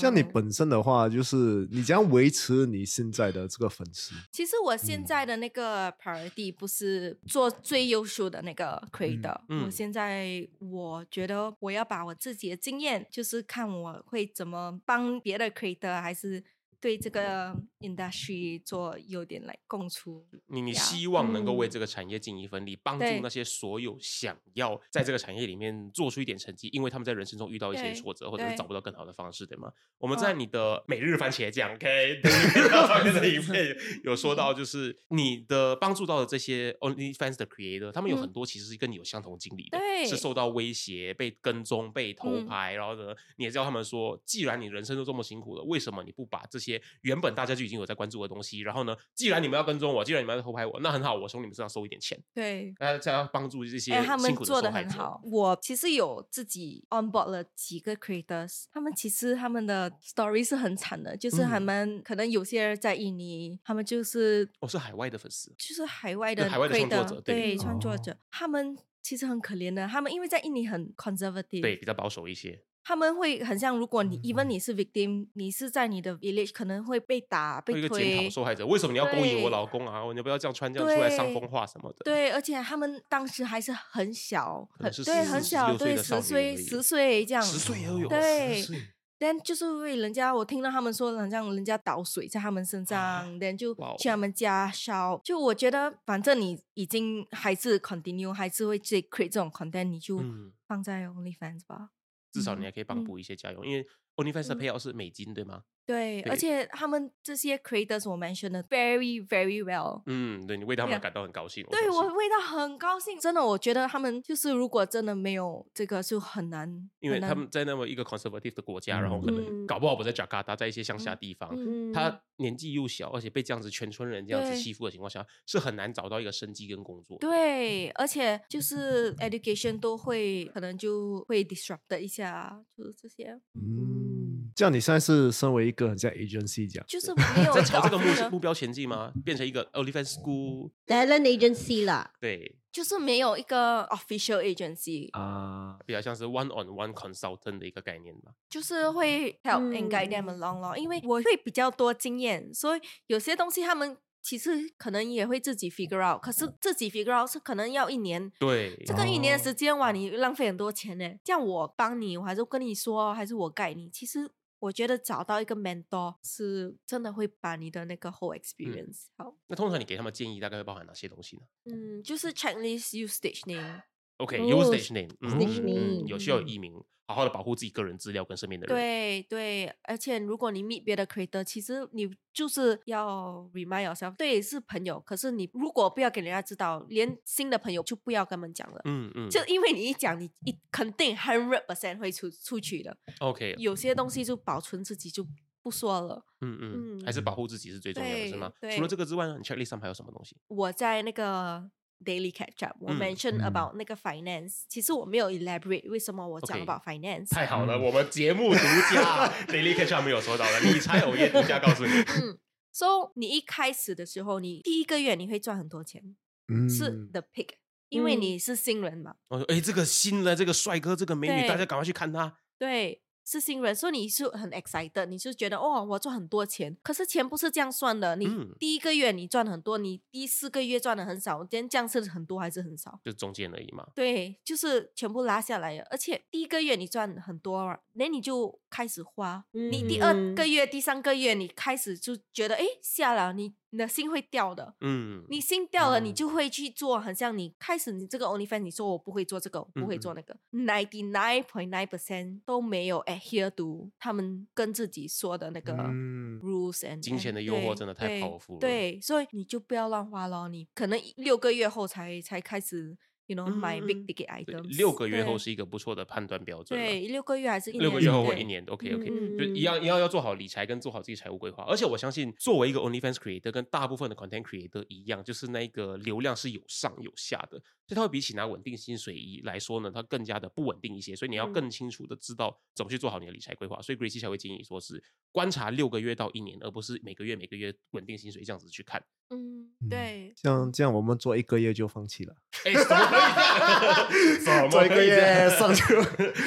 像你本身的话，就是你怎样维持你现在的这个粉丝？其实我嗯现在的那个 priority 不是做最优秀的那个 creator，、嗯嗯我现在我觉得我要把我自己的经验，就是看我会怎么帮别的 creator，还是对这个 industry 做有点来供出。你你 Yeah 希望能够为嗯这个产业尽一份力，帮助对那些所有想要在这个产业里面做出一点成绩，因为他们在人生中遇到一些对挫折，或者是对找不到更好的方式，对吗？我们哇在你的每日番茄酱 OK 的那个上面的影片有说到，就是你的帮助到的这些 OnlyFans 的 creator，他们有嗯很多其实是跟你有相同经历的，对是受到威胁、被跟踪、被偷嗯拍，然后呢，你也知道他们说，既然你人生都这么辛苦了，为什么你不把这些原本大家就已经有在关注的东西，然后呢，既然你们要跟踪我，既然你们要偷拍我，那很好，我从你们身上收一点钱，对，那这样帮助这些哎，他们辛苦的做受的害很者。好。我其实有自己 on board 了几个 creators，他们其实他们的 story 是很惨的，就是他嗯们、可能有些人在印尼，他们就是我、是海外的粉丝，就是海外对的海外的创 creator，作者对对创作哦者，他们其实很可怜的。他们因为在印尼很 conservative，对，嗯比较保守一些，他们会很像，如果你 even 你是 victim，你是在你的 village 可能会被打、会被有一个检讨呃推。受害者，为什么你要勾引我对老公啊？你不要这样穿这样出来伤风对化什么的。对，而且他们当时还是很小，可能很是对， 14很小， 16岁对，的少十年岁、而已十岁这样。十岁而已哦，对十岁但就是为人家，我听到他们说，好像人家倒水在他们身啊上，然后就哇哦去他们家烧。就我觉得，反正你已经还是 continue，还是会自己 create 这种 content，你就嗯，放在 OnlyFans 吧。至少你嗯还可以帮嗯补一些家用，因为 OnlyFans 的配药是美金，对吗？对，而对且他们这些 creators 我 mention 的 very very well。嗯，对你为他们 Yeah 感到很高兴。对相信我味道很高兴，真的，我觉得他们就是如果真的没有这个，就很难，因为很难他们在那么一个 conservative 的国家，然后可能嗯搞不好不在 Jakarta，在一些乡下地方，嗯嗯他年纪又小，而且被这样子全村人这样子对欺负的情况下，是很难找到一个生机跟工作。，对，而且就是 education 都会可能就会 disrupt 一下，就是这些，嗯，这样你现在是身为一个很像 agency 这样，就是没有在一 朝这个 officer 目目标前进吗？变成一个 OnlyFans School， talent agency 啦，对，就是没有一个 official agency，、啊，比较像是 one on one consultant 的一个概念嘛。就是会 help and guide them 嗯 along 咯。因为我会比较多经验，所以有些东西他们其实可能也会自己 figure out，可是自己 figure out 是可能要一年。对，这个一年哦的时间哇，你浪费很多钱呢。这样我帮你，我还是跟你说，还是我盖你。其实我觉得找到一个 mentor 是真的会把你的那个 whole experience 好。那通常你给他们建议大概会包含哪些东西呢嗯，就是 checklist you stage name。 ？OK，your、哦 stage name，嗯 stage 嗯 name 有需要有艺名，好好的保护自己个人资料跟身边的人。对对，而且如果你 meet 别的 creator，其实你就是要 remind yourself，对，是朋友，可是你如果不要给人家知道，连新的朋友就不要跟他们讲了。嗯嗯，就因为你一讲，你一肯定 hundred percent 会出出去的。 OK，有些东西就保存自己，就不说了。嗯嗯，还是保护自己是最重要的，是对吗？除了对这个之外呢，你 checklist 上还有什么东西？我在那个 daily catch up，我嗯 mention 嗯 about 那个 finance，其实我没有 elaborate 为什么我讲 OK about finance。太好了，嗯我们节目独 家 Daily Catch Up 没有收到的，你猜偶夜独家告诉你。嗯，so 你一开始的时候，你第一个月你会赚很多钱，嗯，是 the pick，因为嗯你是新人嘛， 我说，哎，这个新的这个帅哥，这个美女，对大家赶快去看他。对，是新人，所以你是很 excited，你是觉得哦，我赚很多钱，可是钱不是这样算的，你嗯第一个月你赚很多，你第四个月赚的很少，今天这样是很多还是很少？就中间而已嘛。对，就是全部拉下来了，而且第一个月你赚很多了，那你就开始花。你第二嗯个月、第三个月，你开始就觉得哎下了，你你的心会掉的。嗯，你心掉了，嗯你就会去做，很像你开始你这个 OnlyFans，你说我不会做这个，我不会嗯做那个，ninety nine point nine percent 都没有 adhere to 他们跟自己说的那个嗯 rules and 金 and- 钱的诱惑对真的太对 powerful 了对，所以你就不要乱花咯，你可能一六个月后才才开始，you know 买 big 嗯 ticket 对 items，六个月对后是一个不错的判断标准了。对六个月还是一六个年月后或对一年，OK OK，嗯就一样一样要做好理财跟做好自己财务规划。而且我相信，作为一个 OnlyFans creator，跟大部分的 content creator 一样，就是那一个流量是有上有下的，所以它会比起拿稳定薪水一来说呢，它更加的不稳定一些。所以你要嗯更清楚的知道怎么去做好你的理财规划。所以 Gracie 才会建议说是观察六个月到一年，而不是每个月每个月稳定薪水这样子去看。嗯嗯，对，这样这样我们做一个月就放弃了，哎，怎么可以这样？怎么做一可个以这月样上去。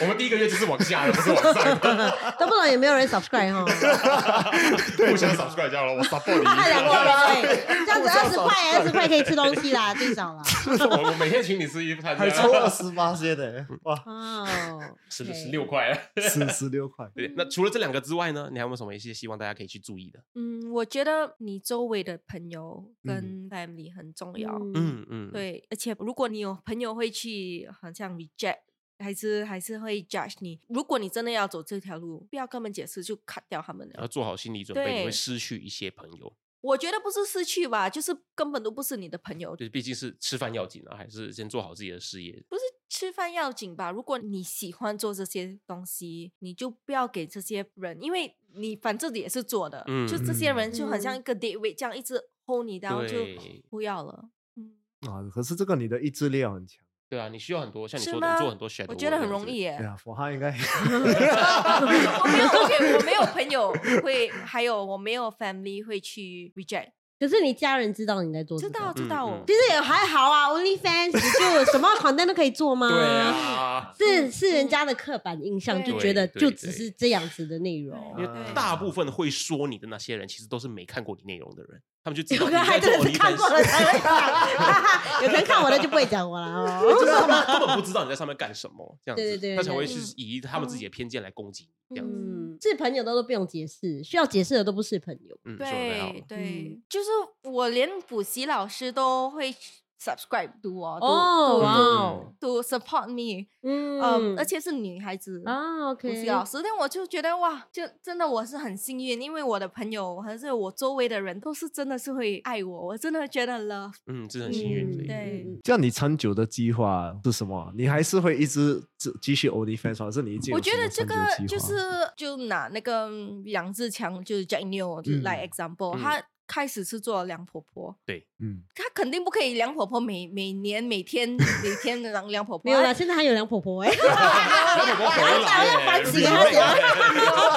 我们第一个月就是往下的，不是往 上的。 都不懂也没有人 subscribe 哈， 互相 subscribe 这样了，我 support 你。大两个人 哎，这样子二十互相块二十块可以吃东西啦，最少啦。我我每天请你吃一餐，还抽二十八些的，嗯哇，哦，十 OK 十六块。啊四十六块。 对，那除了这两个之外呢，你还有没有什么一些希望大家可以去注意的？嗯，我觉得你周围的朋友跟 family 很重要。嗯，嗯嗯，，对，而且如果你有朋友会去，好像 reject，还是还是会 judge 你。如果你真的要走这条路，不要跟他们解释，就 cut 掉他们要了。做好心理准备，你会对失去一些朋友。我觉得不是失去吧，就是根本都不是你的朋友就。是毕竟是吃饭要紧啊，还是先做好自己的事业。不是吃饭要紧吧？如果你喜欢做这些东西，你就不要给这些人，因为你反正也是做的，就这些嗯人就很像嗯一个 date weight 这样一直 hold 你 down，对就不要了。嗯。啊，可是这个你的意志力要很强。对啊，你需要很多像你是说的，你做吗很多 shadow，我觉得 work 很这样容子易。耶对。啊，佛汉应 该我没有，OK，我没有朋友会，还有我没有 family 会去 reject。可是你家人知道你在做这知个，道，知嗯道嗯哦。其实也还好啊，OnlyFans 就什么 content 都可以做吗？对。啊，是是人家的刻板印象，对就觉得对就对只是这样子的内容因。为对大部分会说你的那些人，其实都是没看过你内容的人，他们就 知道有哦你人还在做真的是 OnlyFans 看过了才会讲， 有人看我的就不会讲我了哦。就是啊他们根本不知道你在上面干什么，这样子，对对对嗯他才会对是以他们自己的偏见来攻击 你，这样子。嗯，是朋友的都不用解释，需要解释的都不是朋友。嗯，说的太好对了。嗯对，就是我连补习老师都会 subscribe 读哦，哦，哇哦，读 support me，嗯嗯，而且是女孩子啊补，OK，习老师，但我就觉得哇，就真的我是很幸运，因为我的朋友还是我周围的人都是真的是会爱我，我真的觉得 love。嗯，真的很幸运。嗯所以对这样，你长久的计划是什么？你还是会一直继继续 OnlyFans 吗还是你已经有我觉什么得这长个久的计就划是就拿那个嗯杨志强就是 Jack New 嗯来 example，、嗯他开始是做梁婆婆，嗯，他肯定不可以梁婆婆每每年每天每天梁梁婆婆，啊没有啦，现在还有梁 婆婆哎，我我回来要耶反省他讲。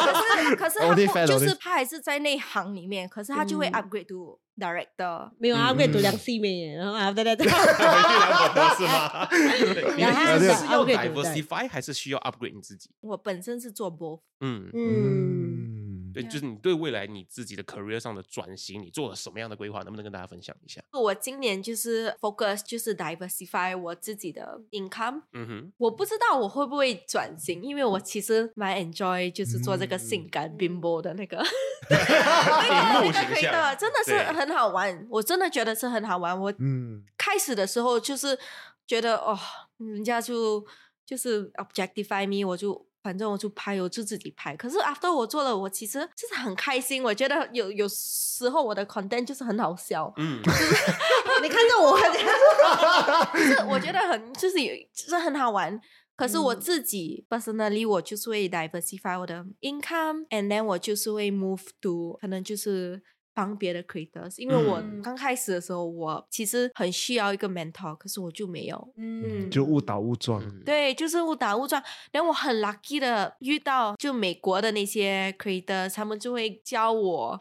可是可是他 OnlyFans，不就是 OnlyFans 他还是在内行里面，可是他就会嗯 upgrade to director，没有啊，嗯贵读梁细妹耶，然后啊，大 家回去梁宝博士吗？对你的意思是要对对对 diversify 还是需要 upgrade 你自己？我本身是做 both，嗯，嗯，对，对就是你对未来你自己的 career 上的转型，你做了什么样的规划？能不能跟大家分享一下？我今年就是 focus 就是 diversify 我自己的 income，嗯哼，我不知道我会不会转型，因为我其实蛮 enjoy 就是做这个性感冰雹的那个，荧那个幕形可以象的，真的是对很好玩，我真的觉得是很好玩。我嗯开始的时候就是觉得哦，人家就就是 objectify me，我就。反正我就拍，我就自己拍。可是 after 我做了，我其实就是很开心。我觉得有有时候我的 content 就是很好笑，嗯，你看到我， 就是我觉得很就是有就是很好玩。可是我嗯自己、personally，我就是会 diversify 我的 income，and then 我就是会 move to 可能就是帮别的 creators，因为我嗯刚开始的时候，我其实很需要一个 mentor，可是我就没有。嗯，嗯就误打误撞。嗯对，就是误打误撞。然后我很 lucky 的遇到，就美国的那些 creators，他们就会教我，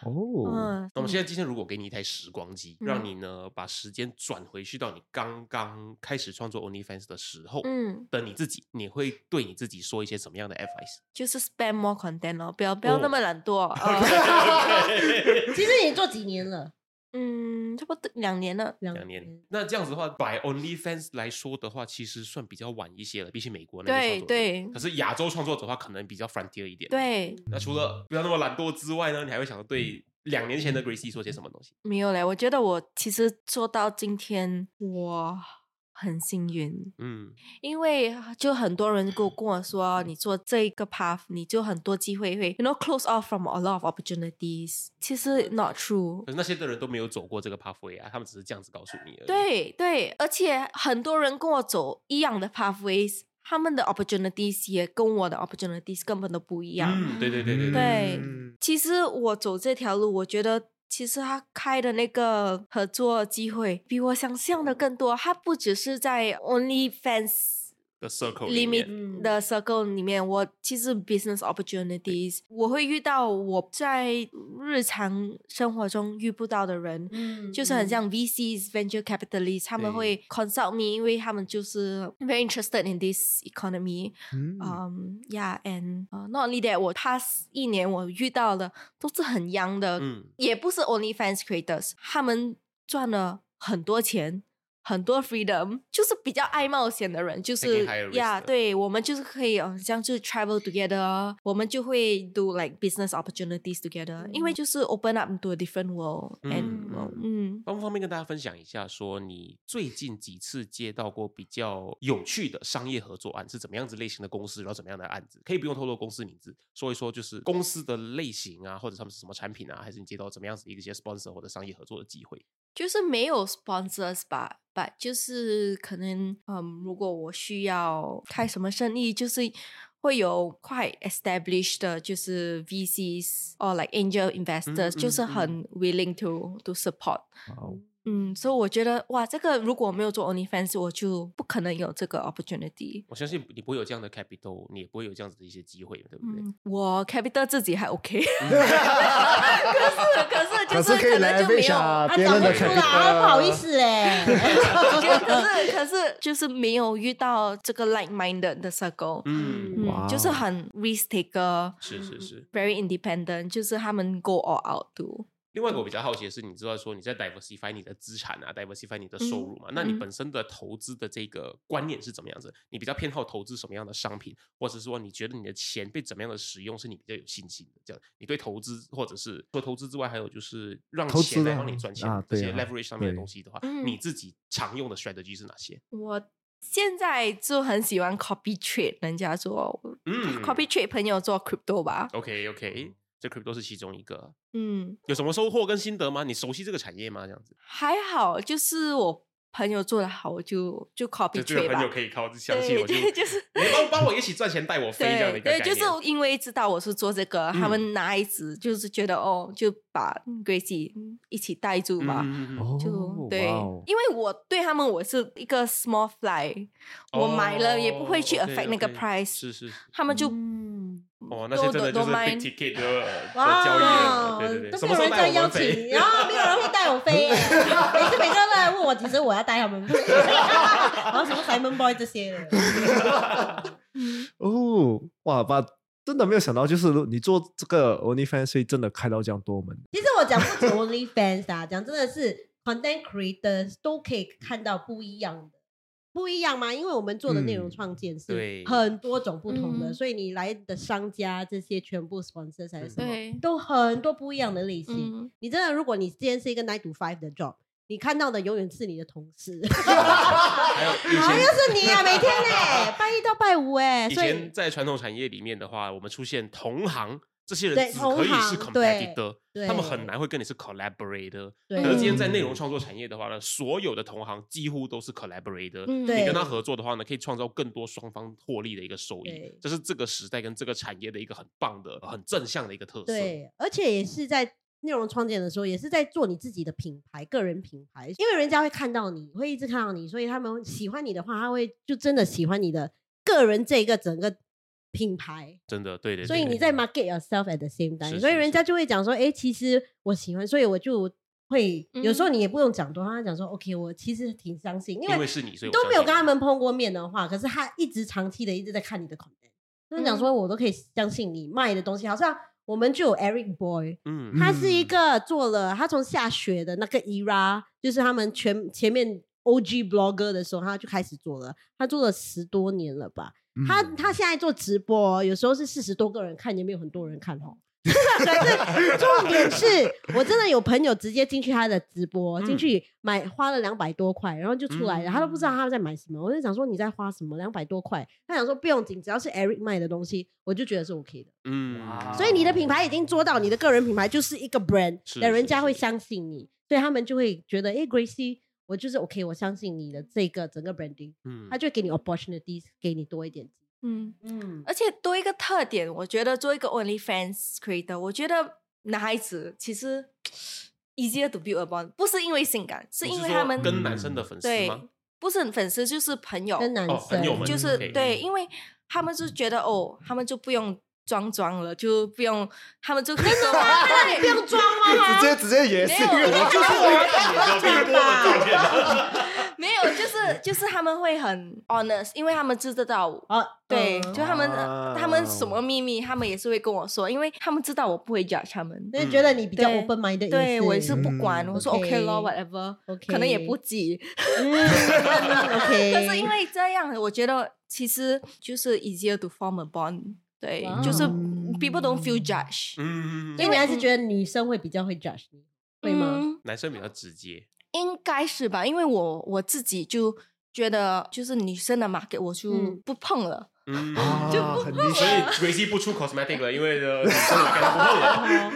嗯，哦，那我们现在今天如果给你一台时光机，让嗯你呢把时间转回去到你刚刚开始创作 OnlyFans 的时候，嗯，的你自己，你会对你自己说一些什么样的 advice？就是 spend more content 哦，不要不要哦那么懒惰。哦其实你做几年了？嗯，差不多两年了。两两嗯年。那这样子的话，by OnlyFans 来说的话，其实算比较晚一些了，比起美国那边创对作者。对可是亚洲创作者的话，可能比较 frontier 一点。。对，嗯那除了不要那么懒惰之外呢，你还会想对两年前的 Gracie 说些什么东西？没有嘞，我觉得我其实做到今天，我很幸运，嗯因为就很多人跟我跟我说，你做这一个 path，你就很多机会会，you know close off from a lot of opportunities。其实 not true 可。是那些的人都没有走过这个 pathway 啊，他们只是这样子告诉你而已。，对对，而且很多人跟我走一样的 pathways，他们的 opportunities 也跟我的 opportunities 根本都不一样。嗯，对对对对对嗯其实我走这条路，我觉得其实他开的那个合作机会比我想象的更多。他不只是在 OnlyFans 的 circle 里面 limit 的 circle 里面，我其实 business opportunities 我会遇到我在日常生活中遇不到的人。嗯就是很像 VCs、venture capitalists，他们对会 consult me，因为他们就是 very interested in this economy。嗯嗯、y e a h a n d、not only that，我 past 一年我遇到的都是很 young 的，嗯，也不是 OnlyFans creators，他们赚了很多钱，很多 freedom，就是比较爱冒险的人，就是 Taking higher risk 呀的对我们就是可以，嗯，像就是 travel together，我啊们就会 do like business opportunities together，、因为就是 open up into a different world，and 嗯嗯方不方便跟大家分享一下，说你最近几次接到过比较有趣的商业合作案是怎么样子类型的公司，然后怎么样的案子？可以不用透露公司名字，说一说就是公司的类型啊，或者他们是什么产品啊，还是你接到怎么样子的一些 sponsor 或者商业合作的机会？就是没有 sponsors 吧，吧，就是可能，嗯，如果我需要开什么生意，就是会有快 established 的，就是 VCs or like angel investors，、就是嗯很 willing to to support。哇哦嗯，所以我觉得，哇，这个如果没有做 OnlyFans，我就不可能有这个 opportunity。我相信你不会有这样的 capital，你也不会有这样子的一些机会，对不对？嗯，我 capital 自己还 OK，可是可是嗯 可就是可以能就没 leverage 有。啊，他别找人不的出来，他不好意思 哎、可是可是就是没有遇到这个 like minded 的 circle，嗯，嗯，就是哇很 risk taker，very 是是是。 independent，就是他们 go all out to。另外一个我比较好奇的是，你知道说你在 diversify 你的资产啊，diversify 你的收入嘛？那你嗯本身的投资的这个观念是怎么样子？你比较偏好投资什么样的商品，或者说你觉得你的钱被怎么样的使用是你比较有信心的？这样，你对投资或者是除了投资之外，还有就是让投钱资来啊帮你赚钱啊这对些啊 leverage 上面的对东西的话，嗯你自己常用的 strategy 是哪些？我现在就很喜欢 copy trade，人家做、嗯 copy trade 朋友做 crypto 吧， OK OK，这 crypto 是其中一个。嗯，有什么收获跟心得吗？你熟悉这个产业吗？这样子，还好，就是我朋友做的好，我就就 copy 就这个 trade 朋吧友。可以靠相信对我就。对，就是你帮帮我一起赚钱，带我飞这样的对一个概对，念。嗯就是因为知道我是做这个，他们拿一只就是觉得哦，就把 Gracie 一起带住吧。嗯嗯嗯嗯哦就对哇哦，因为我对他们我是一个 small fly，、我买了也不会去哦，OK， affect 那个 OK， price，嗯是嗯是，是他们就哦，那些真的就 don't 是 big mind ticket 的的交易了，嗯哇，对对对，都什没么有时候人带再我邀们飞请，然后没有人会带我 飞、欸，每次每个人都来问我，其实我要带他们飞， 然后什么 Simon Boy 这些的，哦，哇，把真的没有想到，就是你做这个 OnlyFans 会真的开到这样多门。其实我讲不止 OnlyFans 啊，讲真的是 content creators 都可以看到不一样的，不一样吗？因为我们做的内容嗯创建是对很多种不同的，嗯所以你来的商家这些全部 sponsor 还是什么，对，都很多不一样的类型。嗯，你真的，如果你今天是一个 nine to five 的 job。你看到的永远是你的同事， 还有以啊，又前。是你啊，每天哎、拜一到拜五哎、以所前以在传统产业里面的话，我们出现同行这些人对只同可以行是对 competitor，对他们很难会跟你是 collaborator。对可是今天在嗯内容创作产业的话呢，所有的同行几乎都是 collaborator，嗯对你跟他合作的话呢，可以创造更多双方获利的一个收益对，这是这个时代跟这个产业的一个很棒的、很正向的一个特色。对，而且也是在内容创建的时候，也是在做你自己的品牌、个人品牌，因为人家会看到你，会一直看到你，所以他们喜欢你的话，他会就真的喜欢你的个人这一个整个品牌。真的，对对对。所以你对在 market yourself at the same time，是所以是人是家就会讲说，哎、其实我喜欢，所以我就会、有时候嗯你也不用讲多，他讲说，OK，我其实挺相信，因因为为是你，所以我都相没有信跟他你们碰过面的话，可是他一直长期的一直在看你的 content，就是嗯讲说我都可以相信你卖的东西，好像我们就有 Eric Boy，嗯，他是一个做了他从下雪的那个 era，就是他们全前面 OG blogger 的时候，他就开始做了，他做了十多年了吧。他他现在做直播，有时候是四十多个人看，也没有很多人看哦。 可是重点是我真的有朋友直接进去他的直播，进去买花了两百多块，然后就出来了，他都不知道他在买什么。我就想说你在花什么两百多块？他想说不用紧，只要是 Eric 卖的东西，我就觉得是 OK 的。嗯，啊所以 你的品牌已经做到，你的个人品牌就是一个 brand，是那人是家是会相信你，所以他们就会觉得，哎，Gracie，我就是 OK，我相信你的这个整个 branding，嗯他就会给你 opportunities，给你多一点。嗯，嗯，而且多一个特点，我觉得做一个 OnlyFans creator，我觉得男孩子其实 easier to build upon，不是因为性感，是你因为说他们跟男生的粉丝对吗？不是粉丝就是朋友，跟男哦生朋友们就是，OK 对，因为他们就觉得哦，他们就不用装装了，就不用，他们就可以说对，不用装直吗？接直接也是，啊没有我就是 没有，就是就是他们会很 honest，因为他们知道我。啊，对，嗯就他们、哦他们什么秘密，他们也是会跟我说，因为他们知道我不会 judge 他们。所以觉得你比较对 open minded，对我也 是不嗯管，我说 OK OK 咯，whatever， OK 可能也不急。 OK，但嗯是因为这样，我觉得其实就是 easier to form a bond。对，哇就是哦 people don't feel judge，嗯，所以你还是觉得女生会比较会 judge 你，会吗？嗯？男生比较直接，应该是吧，因为我我自己就觉得，就是女生的 market 我就嗯不碰了。嗯，就很理所以解。 Gracie 不出 cosmetic 了，因为呃女生来干不碰了。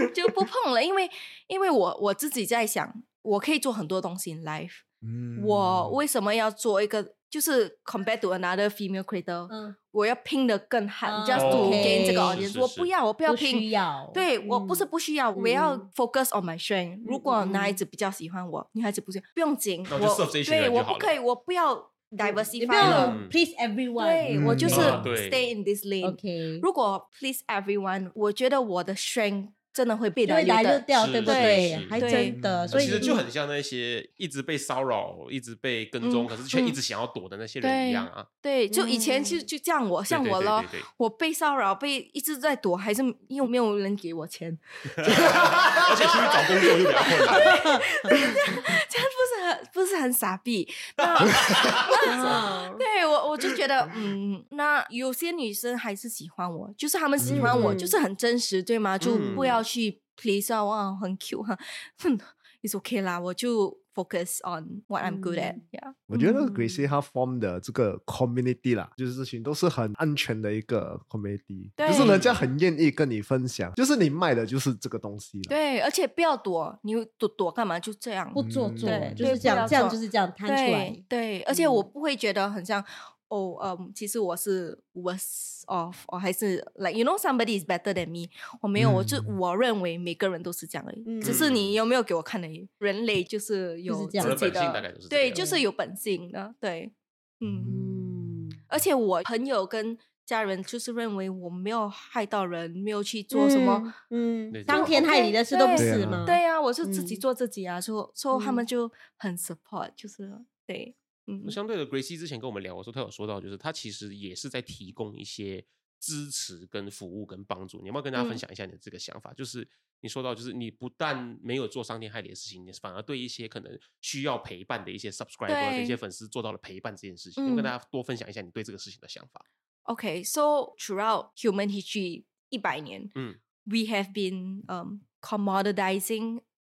哦 就不碰了，因为因为我我自己在想，我可以做很多东西in life，、嗯我为什么要做一个就是 compared to another female creator，、嗯，我要拼的更 hard、哦 just to OK gain 这个是 audience，是我是不要我不要不拼需。要。对，我不是嗯不需要，我要 focus on my strength、如果嗯嗯男孩子比较喜欢我，女孩子不喜欢，不用紧，那我就 serve 这一群对人我就好不可以，我不要 diversify 你不了。要嗯 please everyone。对、我就是嗯啊对 stay in this lane、 OK，如果 please everyone，我觉得我的 strength 真的会被就会打来的就。掉，是对不是对是？还对真的，嗯所以其实你就很像那些一直被骚扰、一直被跟踪，嗯可是却嗯一直想要躲的那些人一样啊。对，就以前就嗯就这样我，像对我咯，，对对对对我被骚扰，被一直在躲，还是又没有人给我钱， 而且出去找工作又比较困难。这样不是很不是很傻逼？那啊对我我就觉得，嗯，那有些女生还是喜欢我，就是她们喜欢我，嗯就是很真实，对吗？就嗯不要去 please 啊，哇，很 cute 哈，哼，it's okay 啦，我就 focus on what I'm good at，嗯 yeah，我觉得嗯 Gracie 她 form 的这个 community 啦，就是这群都是很安全的一个 community，对就是人家很愿意跟你分享，就是你卖的就是这个东西了。对，而且不要躲，你躲躲干嘛？就这样，不做嗯作对，就对是不这样，要这样做就是这样摊出来对。对，而且我嗯不会觉得很像哦，嗯，其实我是 worse off，哦，还是 like you know somebody is better than me，我没有，我就嗯我认为每个人都是这样而已，只是嗯你有没有给我看而已。人类就是有这样自己人本性大概的，都是这对，样就是有本性的，对，嗯，嗯，而且我朋友跟家人就是认为我没有害到人，没有去做什么。嗯？对嗯，当天害你的事都不是吗？对呀、我是自己嗯做自己啊，所以所以他嗯们就很 support，就是对，嗯那，相对的，Gracie 之前跟我们聊的时候，她有说到，就是她其实也是在提供一些支持、跟服务、跟帮助。你要不要跟大家分嗯享一下你的这个想法？就是你说到，就是你不但没有做伤天害理的事情，你反而对一些可能需要陪伴的一些 subscriber 的一对些粉丝做到了陪伴这件事情。能嗯跟大家多分享一下你对这个事情的想法。 Okay, so throughout human history 一百年，嗯 we have been um commoditizing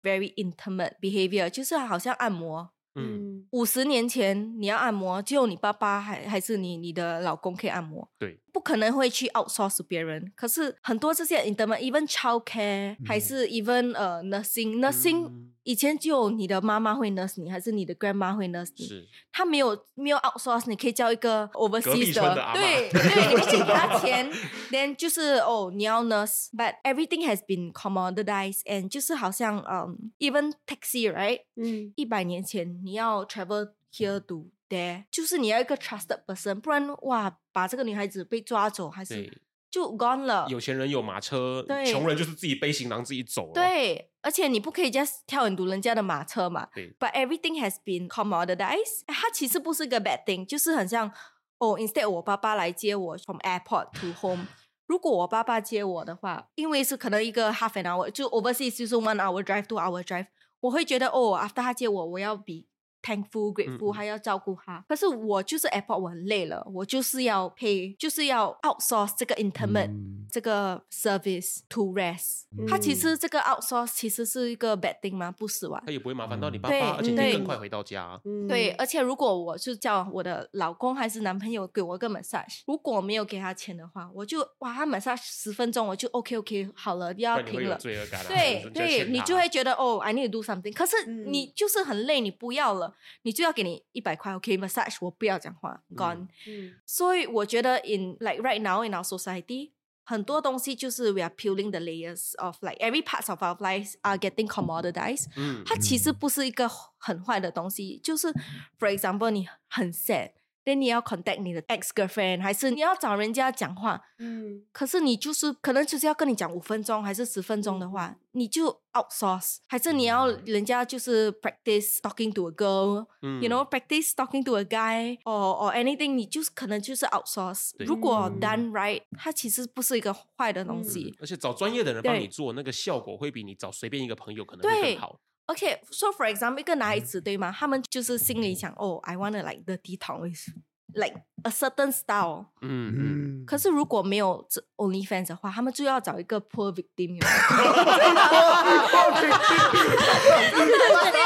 very intimate behavior，就是好像按摩。嗯，嗯，五十年前你要按摩，只有你爸爸还还是你你的老公可以按摩，对，不可能会去 outsource 别人。可是很多这些 intimate，even child care，、还是 even 呃 nursing nursing，、嗯以前只有你的妈妈会 nurse 你，还是你的 grandma 会 nurse 你。是他没有没有 outsource，你可以叫一个隔壁 overseas 村的阿嬷对对， 你可以去给他钱，then 就是哦，你要 nurse，but everything has been commoditized and 就是好像嗯、e v e n taxi right，嗯，一百年前你要 travel here to there，就是你要一个 trusted person，不然哇，把这个女孩子被抓走还对是。就 gone 了。有钱人有马车，对穷人就是自己背行囊自己走哦了。对，而且你不可以 just 跳很多人家的马车嘛。对 But everything has been commoditized，它其实不是个 bad thing，就是很像哦，instead 我爸爸来接我 from airport to home。如果我爸爸接我的话，因为是可能一个 half an hour，就 overseas 就是 one hour drive two hour drive，我会觉得哦，after 他接我，我要比 thankful grateful，、嗯还要照顾他。可是我就是 airport，我很累了，我就是要 pay，就是要 outsource 这个 intimate、嗯这个 service to rest。他嗯嗯其实这个 outsource 其实是一个 bad thing 吗？不是吧他？也不会麻烦到你爸对爸，而且可以对更快回到家。嗯对，，而且如果我是叫我的老公还是男朋友给我一个 massage，如果没有给他钱的话，我就哇，他 massage 十分钟，我就 OK OK 好了，不要然你会停有了。罪恶感啊。对 你对，你就会觉得哦，I need to do something。可是嗯你就是很累，你不要了，你就要给你一百块，OK massage，我不要讲话，gone。嗯所以我觉得 in like right now in our society，很多东西就是 we are peeling the layers of like every parts of our lives are getting commoditized。嗯它其实不是一个很坏的东西，就是 for example 你很 sad。then 你要 contact 你的 ex girlfriend，还是你要找人家讲话？ 嗯可是你就是可能就是要跟你讲五分钟还是十分钟的话，嗯你就 outsource，还是你要人家就是 practice talking to a girl，you、嗯 know practice talking to a guy or or anything，你就是可能就是 outsource 对。如果嗯 done right，它其实不是一个坏的东嗯西。而且找专业的人帮对你做，那个效果会比你找随便一个朋友可能会对更好。 OK，so for example，一个男孩嗯子对吗？他们就是心里想，哦，I wanna like the d town is like a certain style。嗯嗯，嗯可是如果没有这 OnlyFans 的话，他们就要找一个 poor victim 有没有。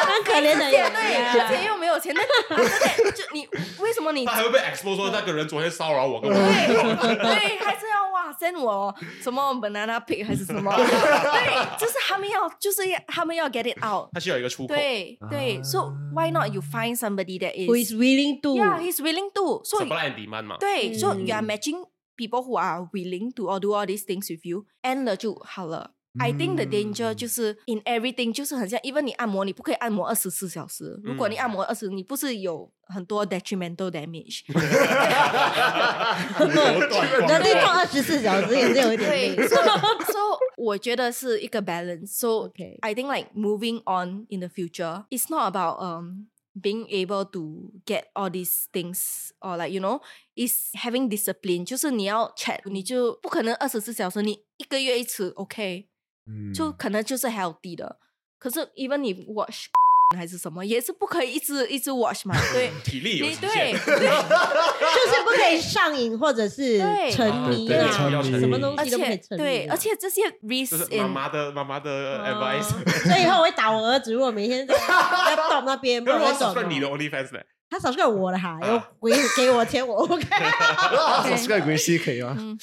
很可怜的人， 对，而且又没有钱，那 那就你为什么 你他还会被 expose 说那个人昨天骚扰我，跟我对对还是要哇 send 我什么 banana pig 还是什么？对，就是他们要就是要他们要 get it out。他需要一个出口。对对、啊 s o why not you find somebody that who is is willing to yeah he's willing to so ，supply and demand 嘛。对、so you are 嗯 matching people who are willing to or do all these things with you and 了就好了。I think the 嗯 danger 就是 in everything，就是很像，even 你按摩，你不可以按摩二十四小时。如果你按摩二十，你不是有很多 detrimental damage？ 那对放二十四小时也是有一点对累。 ，so so 我觉得是一个 balance。So OK， I think like moving on in the future, it's not about um being able to get all these things or like you know, it's having discipline. 就是你要 check，你就不可能二十四小时，你一个月一次 OK，嗯就可能就是 healthy 的。可是 even 你 watch 还是什么，也是不可以一直一直 watch 嘛，对。体力嗯有你极对限。对，就是不可以上瘾或者是对沉迷对啊，沉迷什么东而西都不可以且沉迷啊。对，而且 这些 risk 嗯这是 in 妈妈的妈妈的 哦 advice。所以以后我会打我儿子，如果每天在 laptop 那边不那如然果我是走算你的 OnlyFans 呢？他少算我的哈，啊有回给我钱我 OK，啊 subscribe 归西可以吗？嗯，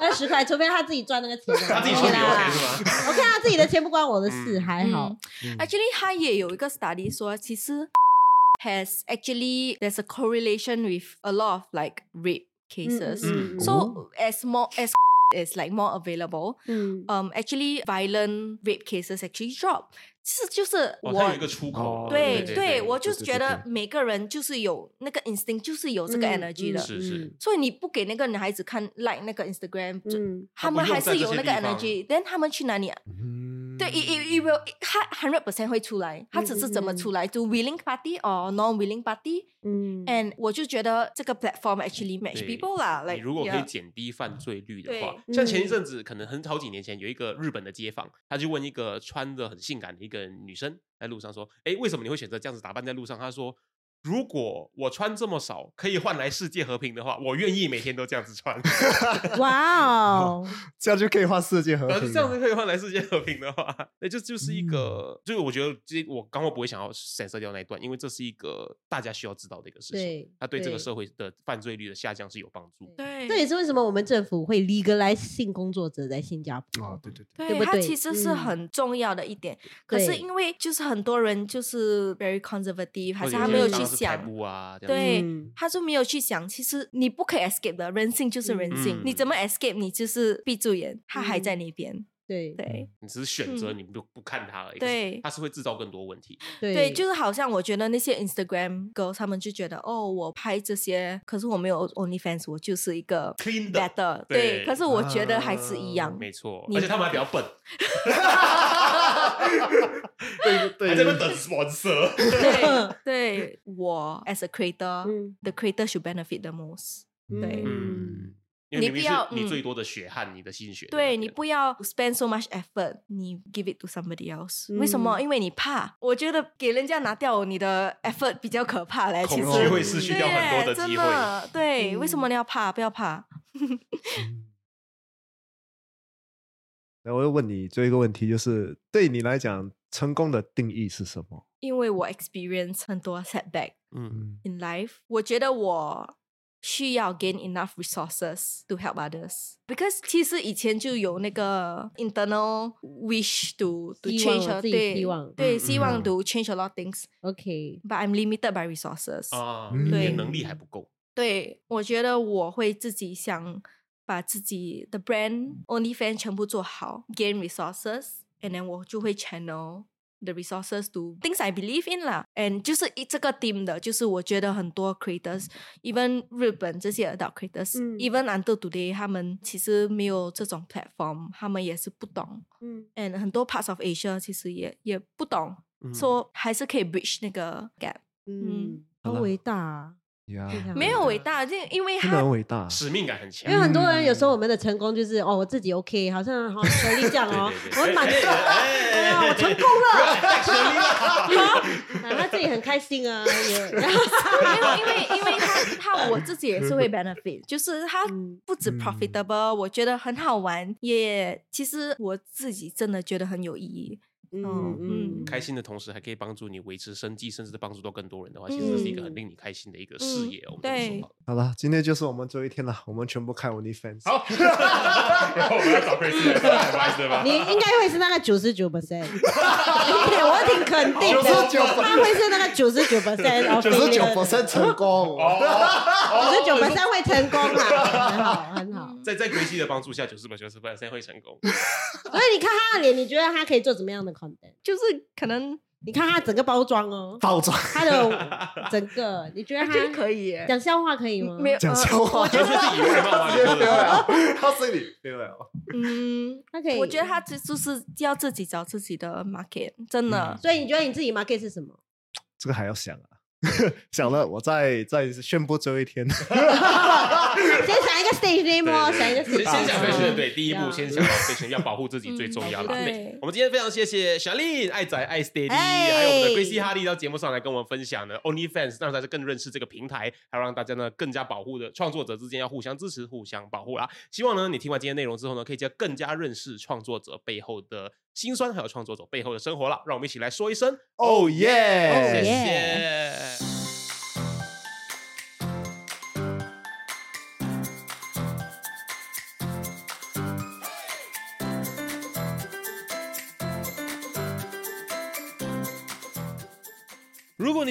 二十块，除非他自己赚那个钱啊，他自己说 OK 你啦 OK 是吗？ OK 啊，自己的钱不关我的事，还好。嗯嗯 Actually，他也有一个 study 说，其实 has actually there's a correlation with a lot of like rape cases. 嗯嗯 So as more as is like more available, 嗯， um, actually violent rape cases actually drop. 其实就是哦，我、他有一个出口。哦对对我就是对觉对得对每个人就是有那个 instinct，就是有这个嗯 energy 的。是是所以你不给那个女孩子看 like 那个 Instagram，、就嗯他不们用还在是这有些那个地方 energy，但他们去哪里啊？嗯对，it it it will，它 hundred percent 会出来，它只是怎么出来，to willing party or non willing party。嗯 And 我就觉得这个 platform actually match 对 people 啦你，like 如果可以 yeah 减低犯罪率的对话，像前一嗯阵子可能很好几年前有一个日本的街坊，他就问一个穿的很性感的一个女生在路上说：“哎，为什么你会选择这样子打扮在路上？”她说。如果我穿这么少可以换来世界和平的话，我愿意每天都这样 子穿。哇 哦，这样就可以画世界和但平是啊了。这样子可以换来世界和平的话，那就就是嗯一个，就是我觉得这我刚刚不会想要闪射掉那一段，因为这是一个大家需要知道的一个事情，对，它对这个对社会的犯罪率的下降是有帮助。这对也是为什么我们政府会 legalize 性工作者在新加坡。哦，对对对，对不它对其实是嗯很重要的一点。可是对因为就是很多人就是 very conservative，还或是者他哦些没有地方去是开想，幕啊，这样子对嗯，他就没有去想，其实你不可以 escape 的，人性就是人性嗯，你怎么 escape，你就是闭住眼，他还在那边。嗯对对你只是选择你不不看它而已，嗯对它是会制造更多问题。对对，就是好像我觉得那些 Instagram girls 他们就觉得哦，我拍这些，可是我没有 OnlyFans，我就是一个 Clean 的 better，对啊对，可是我觉得还是一样，没错，你而且他们还比较 笨，对对还在那边 等 sponsor。对对，我 as a creator，the 嗯 creator should benefit the most，对嗯嗯，因你为明明不要是你嗯最多的血汗，你的心血在那对边。你不要 spend so much effort，你 give it to somebody else、为什嗯么？因为你怕。我觉得给人家拿掉你的 effort 比较可怕嘞。恐其实惧会失去掉很多对的真机会。的对，为什嗯么你要怕？不要怕。然嗯后我又问你最后一个问题，就是对你来讲，成功的定义是什么？因为我 experience 很多 setback 嗯，嗯 in life，我觉得我需要 gain enough resources to help others。Because 其实以前就有那个 internal wish to to 希望 change 我 a, 自己对希望对嗯希望嗯 to change a lot of things。 OK， But I'm limited by resources。啊，嗯你的对能力还不够。对，我觉得我会自己想把自己的 brand OnlyFans 全部做好，gain resources，and then 我就会 channel the resources to things I believe in 啦。And 就是一这个 team 的，就是我觉得很多 creators，even 日本这些 adult 嗯 creators，even、until today，他们其实没有这种 platform，他们也是不懂。嗯 And 很多 parts of Asia 其实也也不懂，嗯说、还是可以 bridge 那个 gap。嗯嗯，好伟大啊！呀非常没有伟大，就因为真的他很伟大。啊使命感很因强为。很多人有时候我们的成功就是哦，我自己 OK，好 像好成力这样哦对，对对我满足了，哎呀，我成 功了， 啊他自己很开心 啊，也 没有，因为因为他他我自己也是会 benefit，就是他嗯不止嗯 profitable，、我觉得很好玩，也其实我自己真的觉得很有意义。嗯嗯，哦开心的同时，还可以帮助你维持生计，甚至是帮助到更多人的话，其实这是一个很嗯令你开心的一个事业哦。我们这么对说好了好了，今天就是我们最后一天了，我们全部看 OnlyFans。好，然后 我们要找 Chris 来 当 advice 对吧你？应该会是那个九十九 percent，我挺肯定的， 99%他会是那个九十九 percent，九十九 percent 成功，九十九 percent 会成功啦，很好很 好。在在 Gracie 的帮助下，九十百九十 percent 会成功。嗯所以你看他的脸，你觉得他可以做怎么样的 content？就是可能你看他整个包装哦，包装呃他的整个，你觉得我觉得他可以耶，讲笑话可以吗？没有讲呃笑话，我觉得自己有点冒他冒直接的丢了， 他心里丢了。嗯，他可以，我觉得他这就是要自己找自己的 market，真的。所以你觉得你自己 market 是什么？这个还要想啊， 想了我再再宣布最后一天。先想一个 stage name 哦，想一个先 stage 先想 name 飞行哦的，对，第一步先想到飞行要保护自己最重要的。嗯对对，我们今天非常谢谢 s h a l i n 爱仔爱 Steady，哎还有我们的 Gracie 哈利到节目上来跟我们分享呢 OnlyFans，让大家更认识这个平台，还有让大家呢更加保护的创作者之间要互相支持、互相保护啦。希望呢你听完今天内容之后呢，可以加更加认识创作者背后的辛酸，还有创作者背后的生活啦。让我们一起来说一声， Oh 谢 yeah！yeah 谢。如果你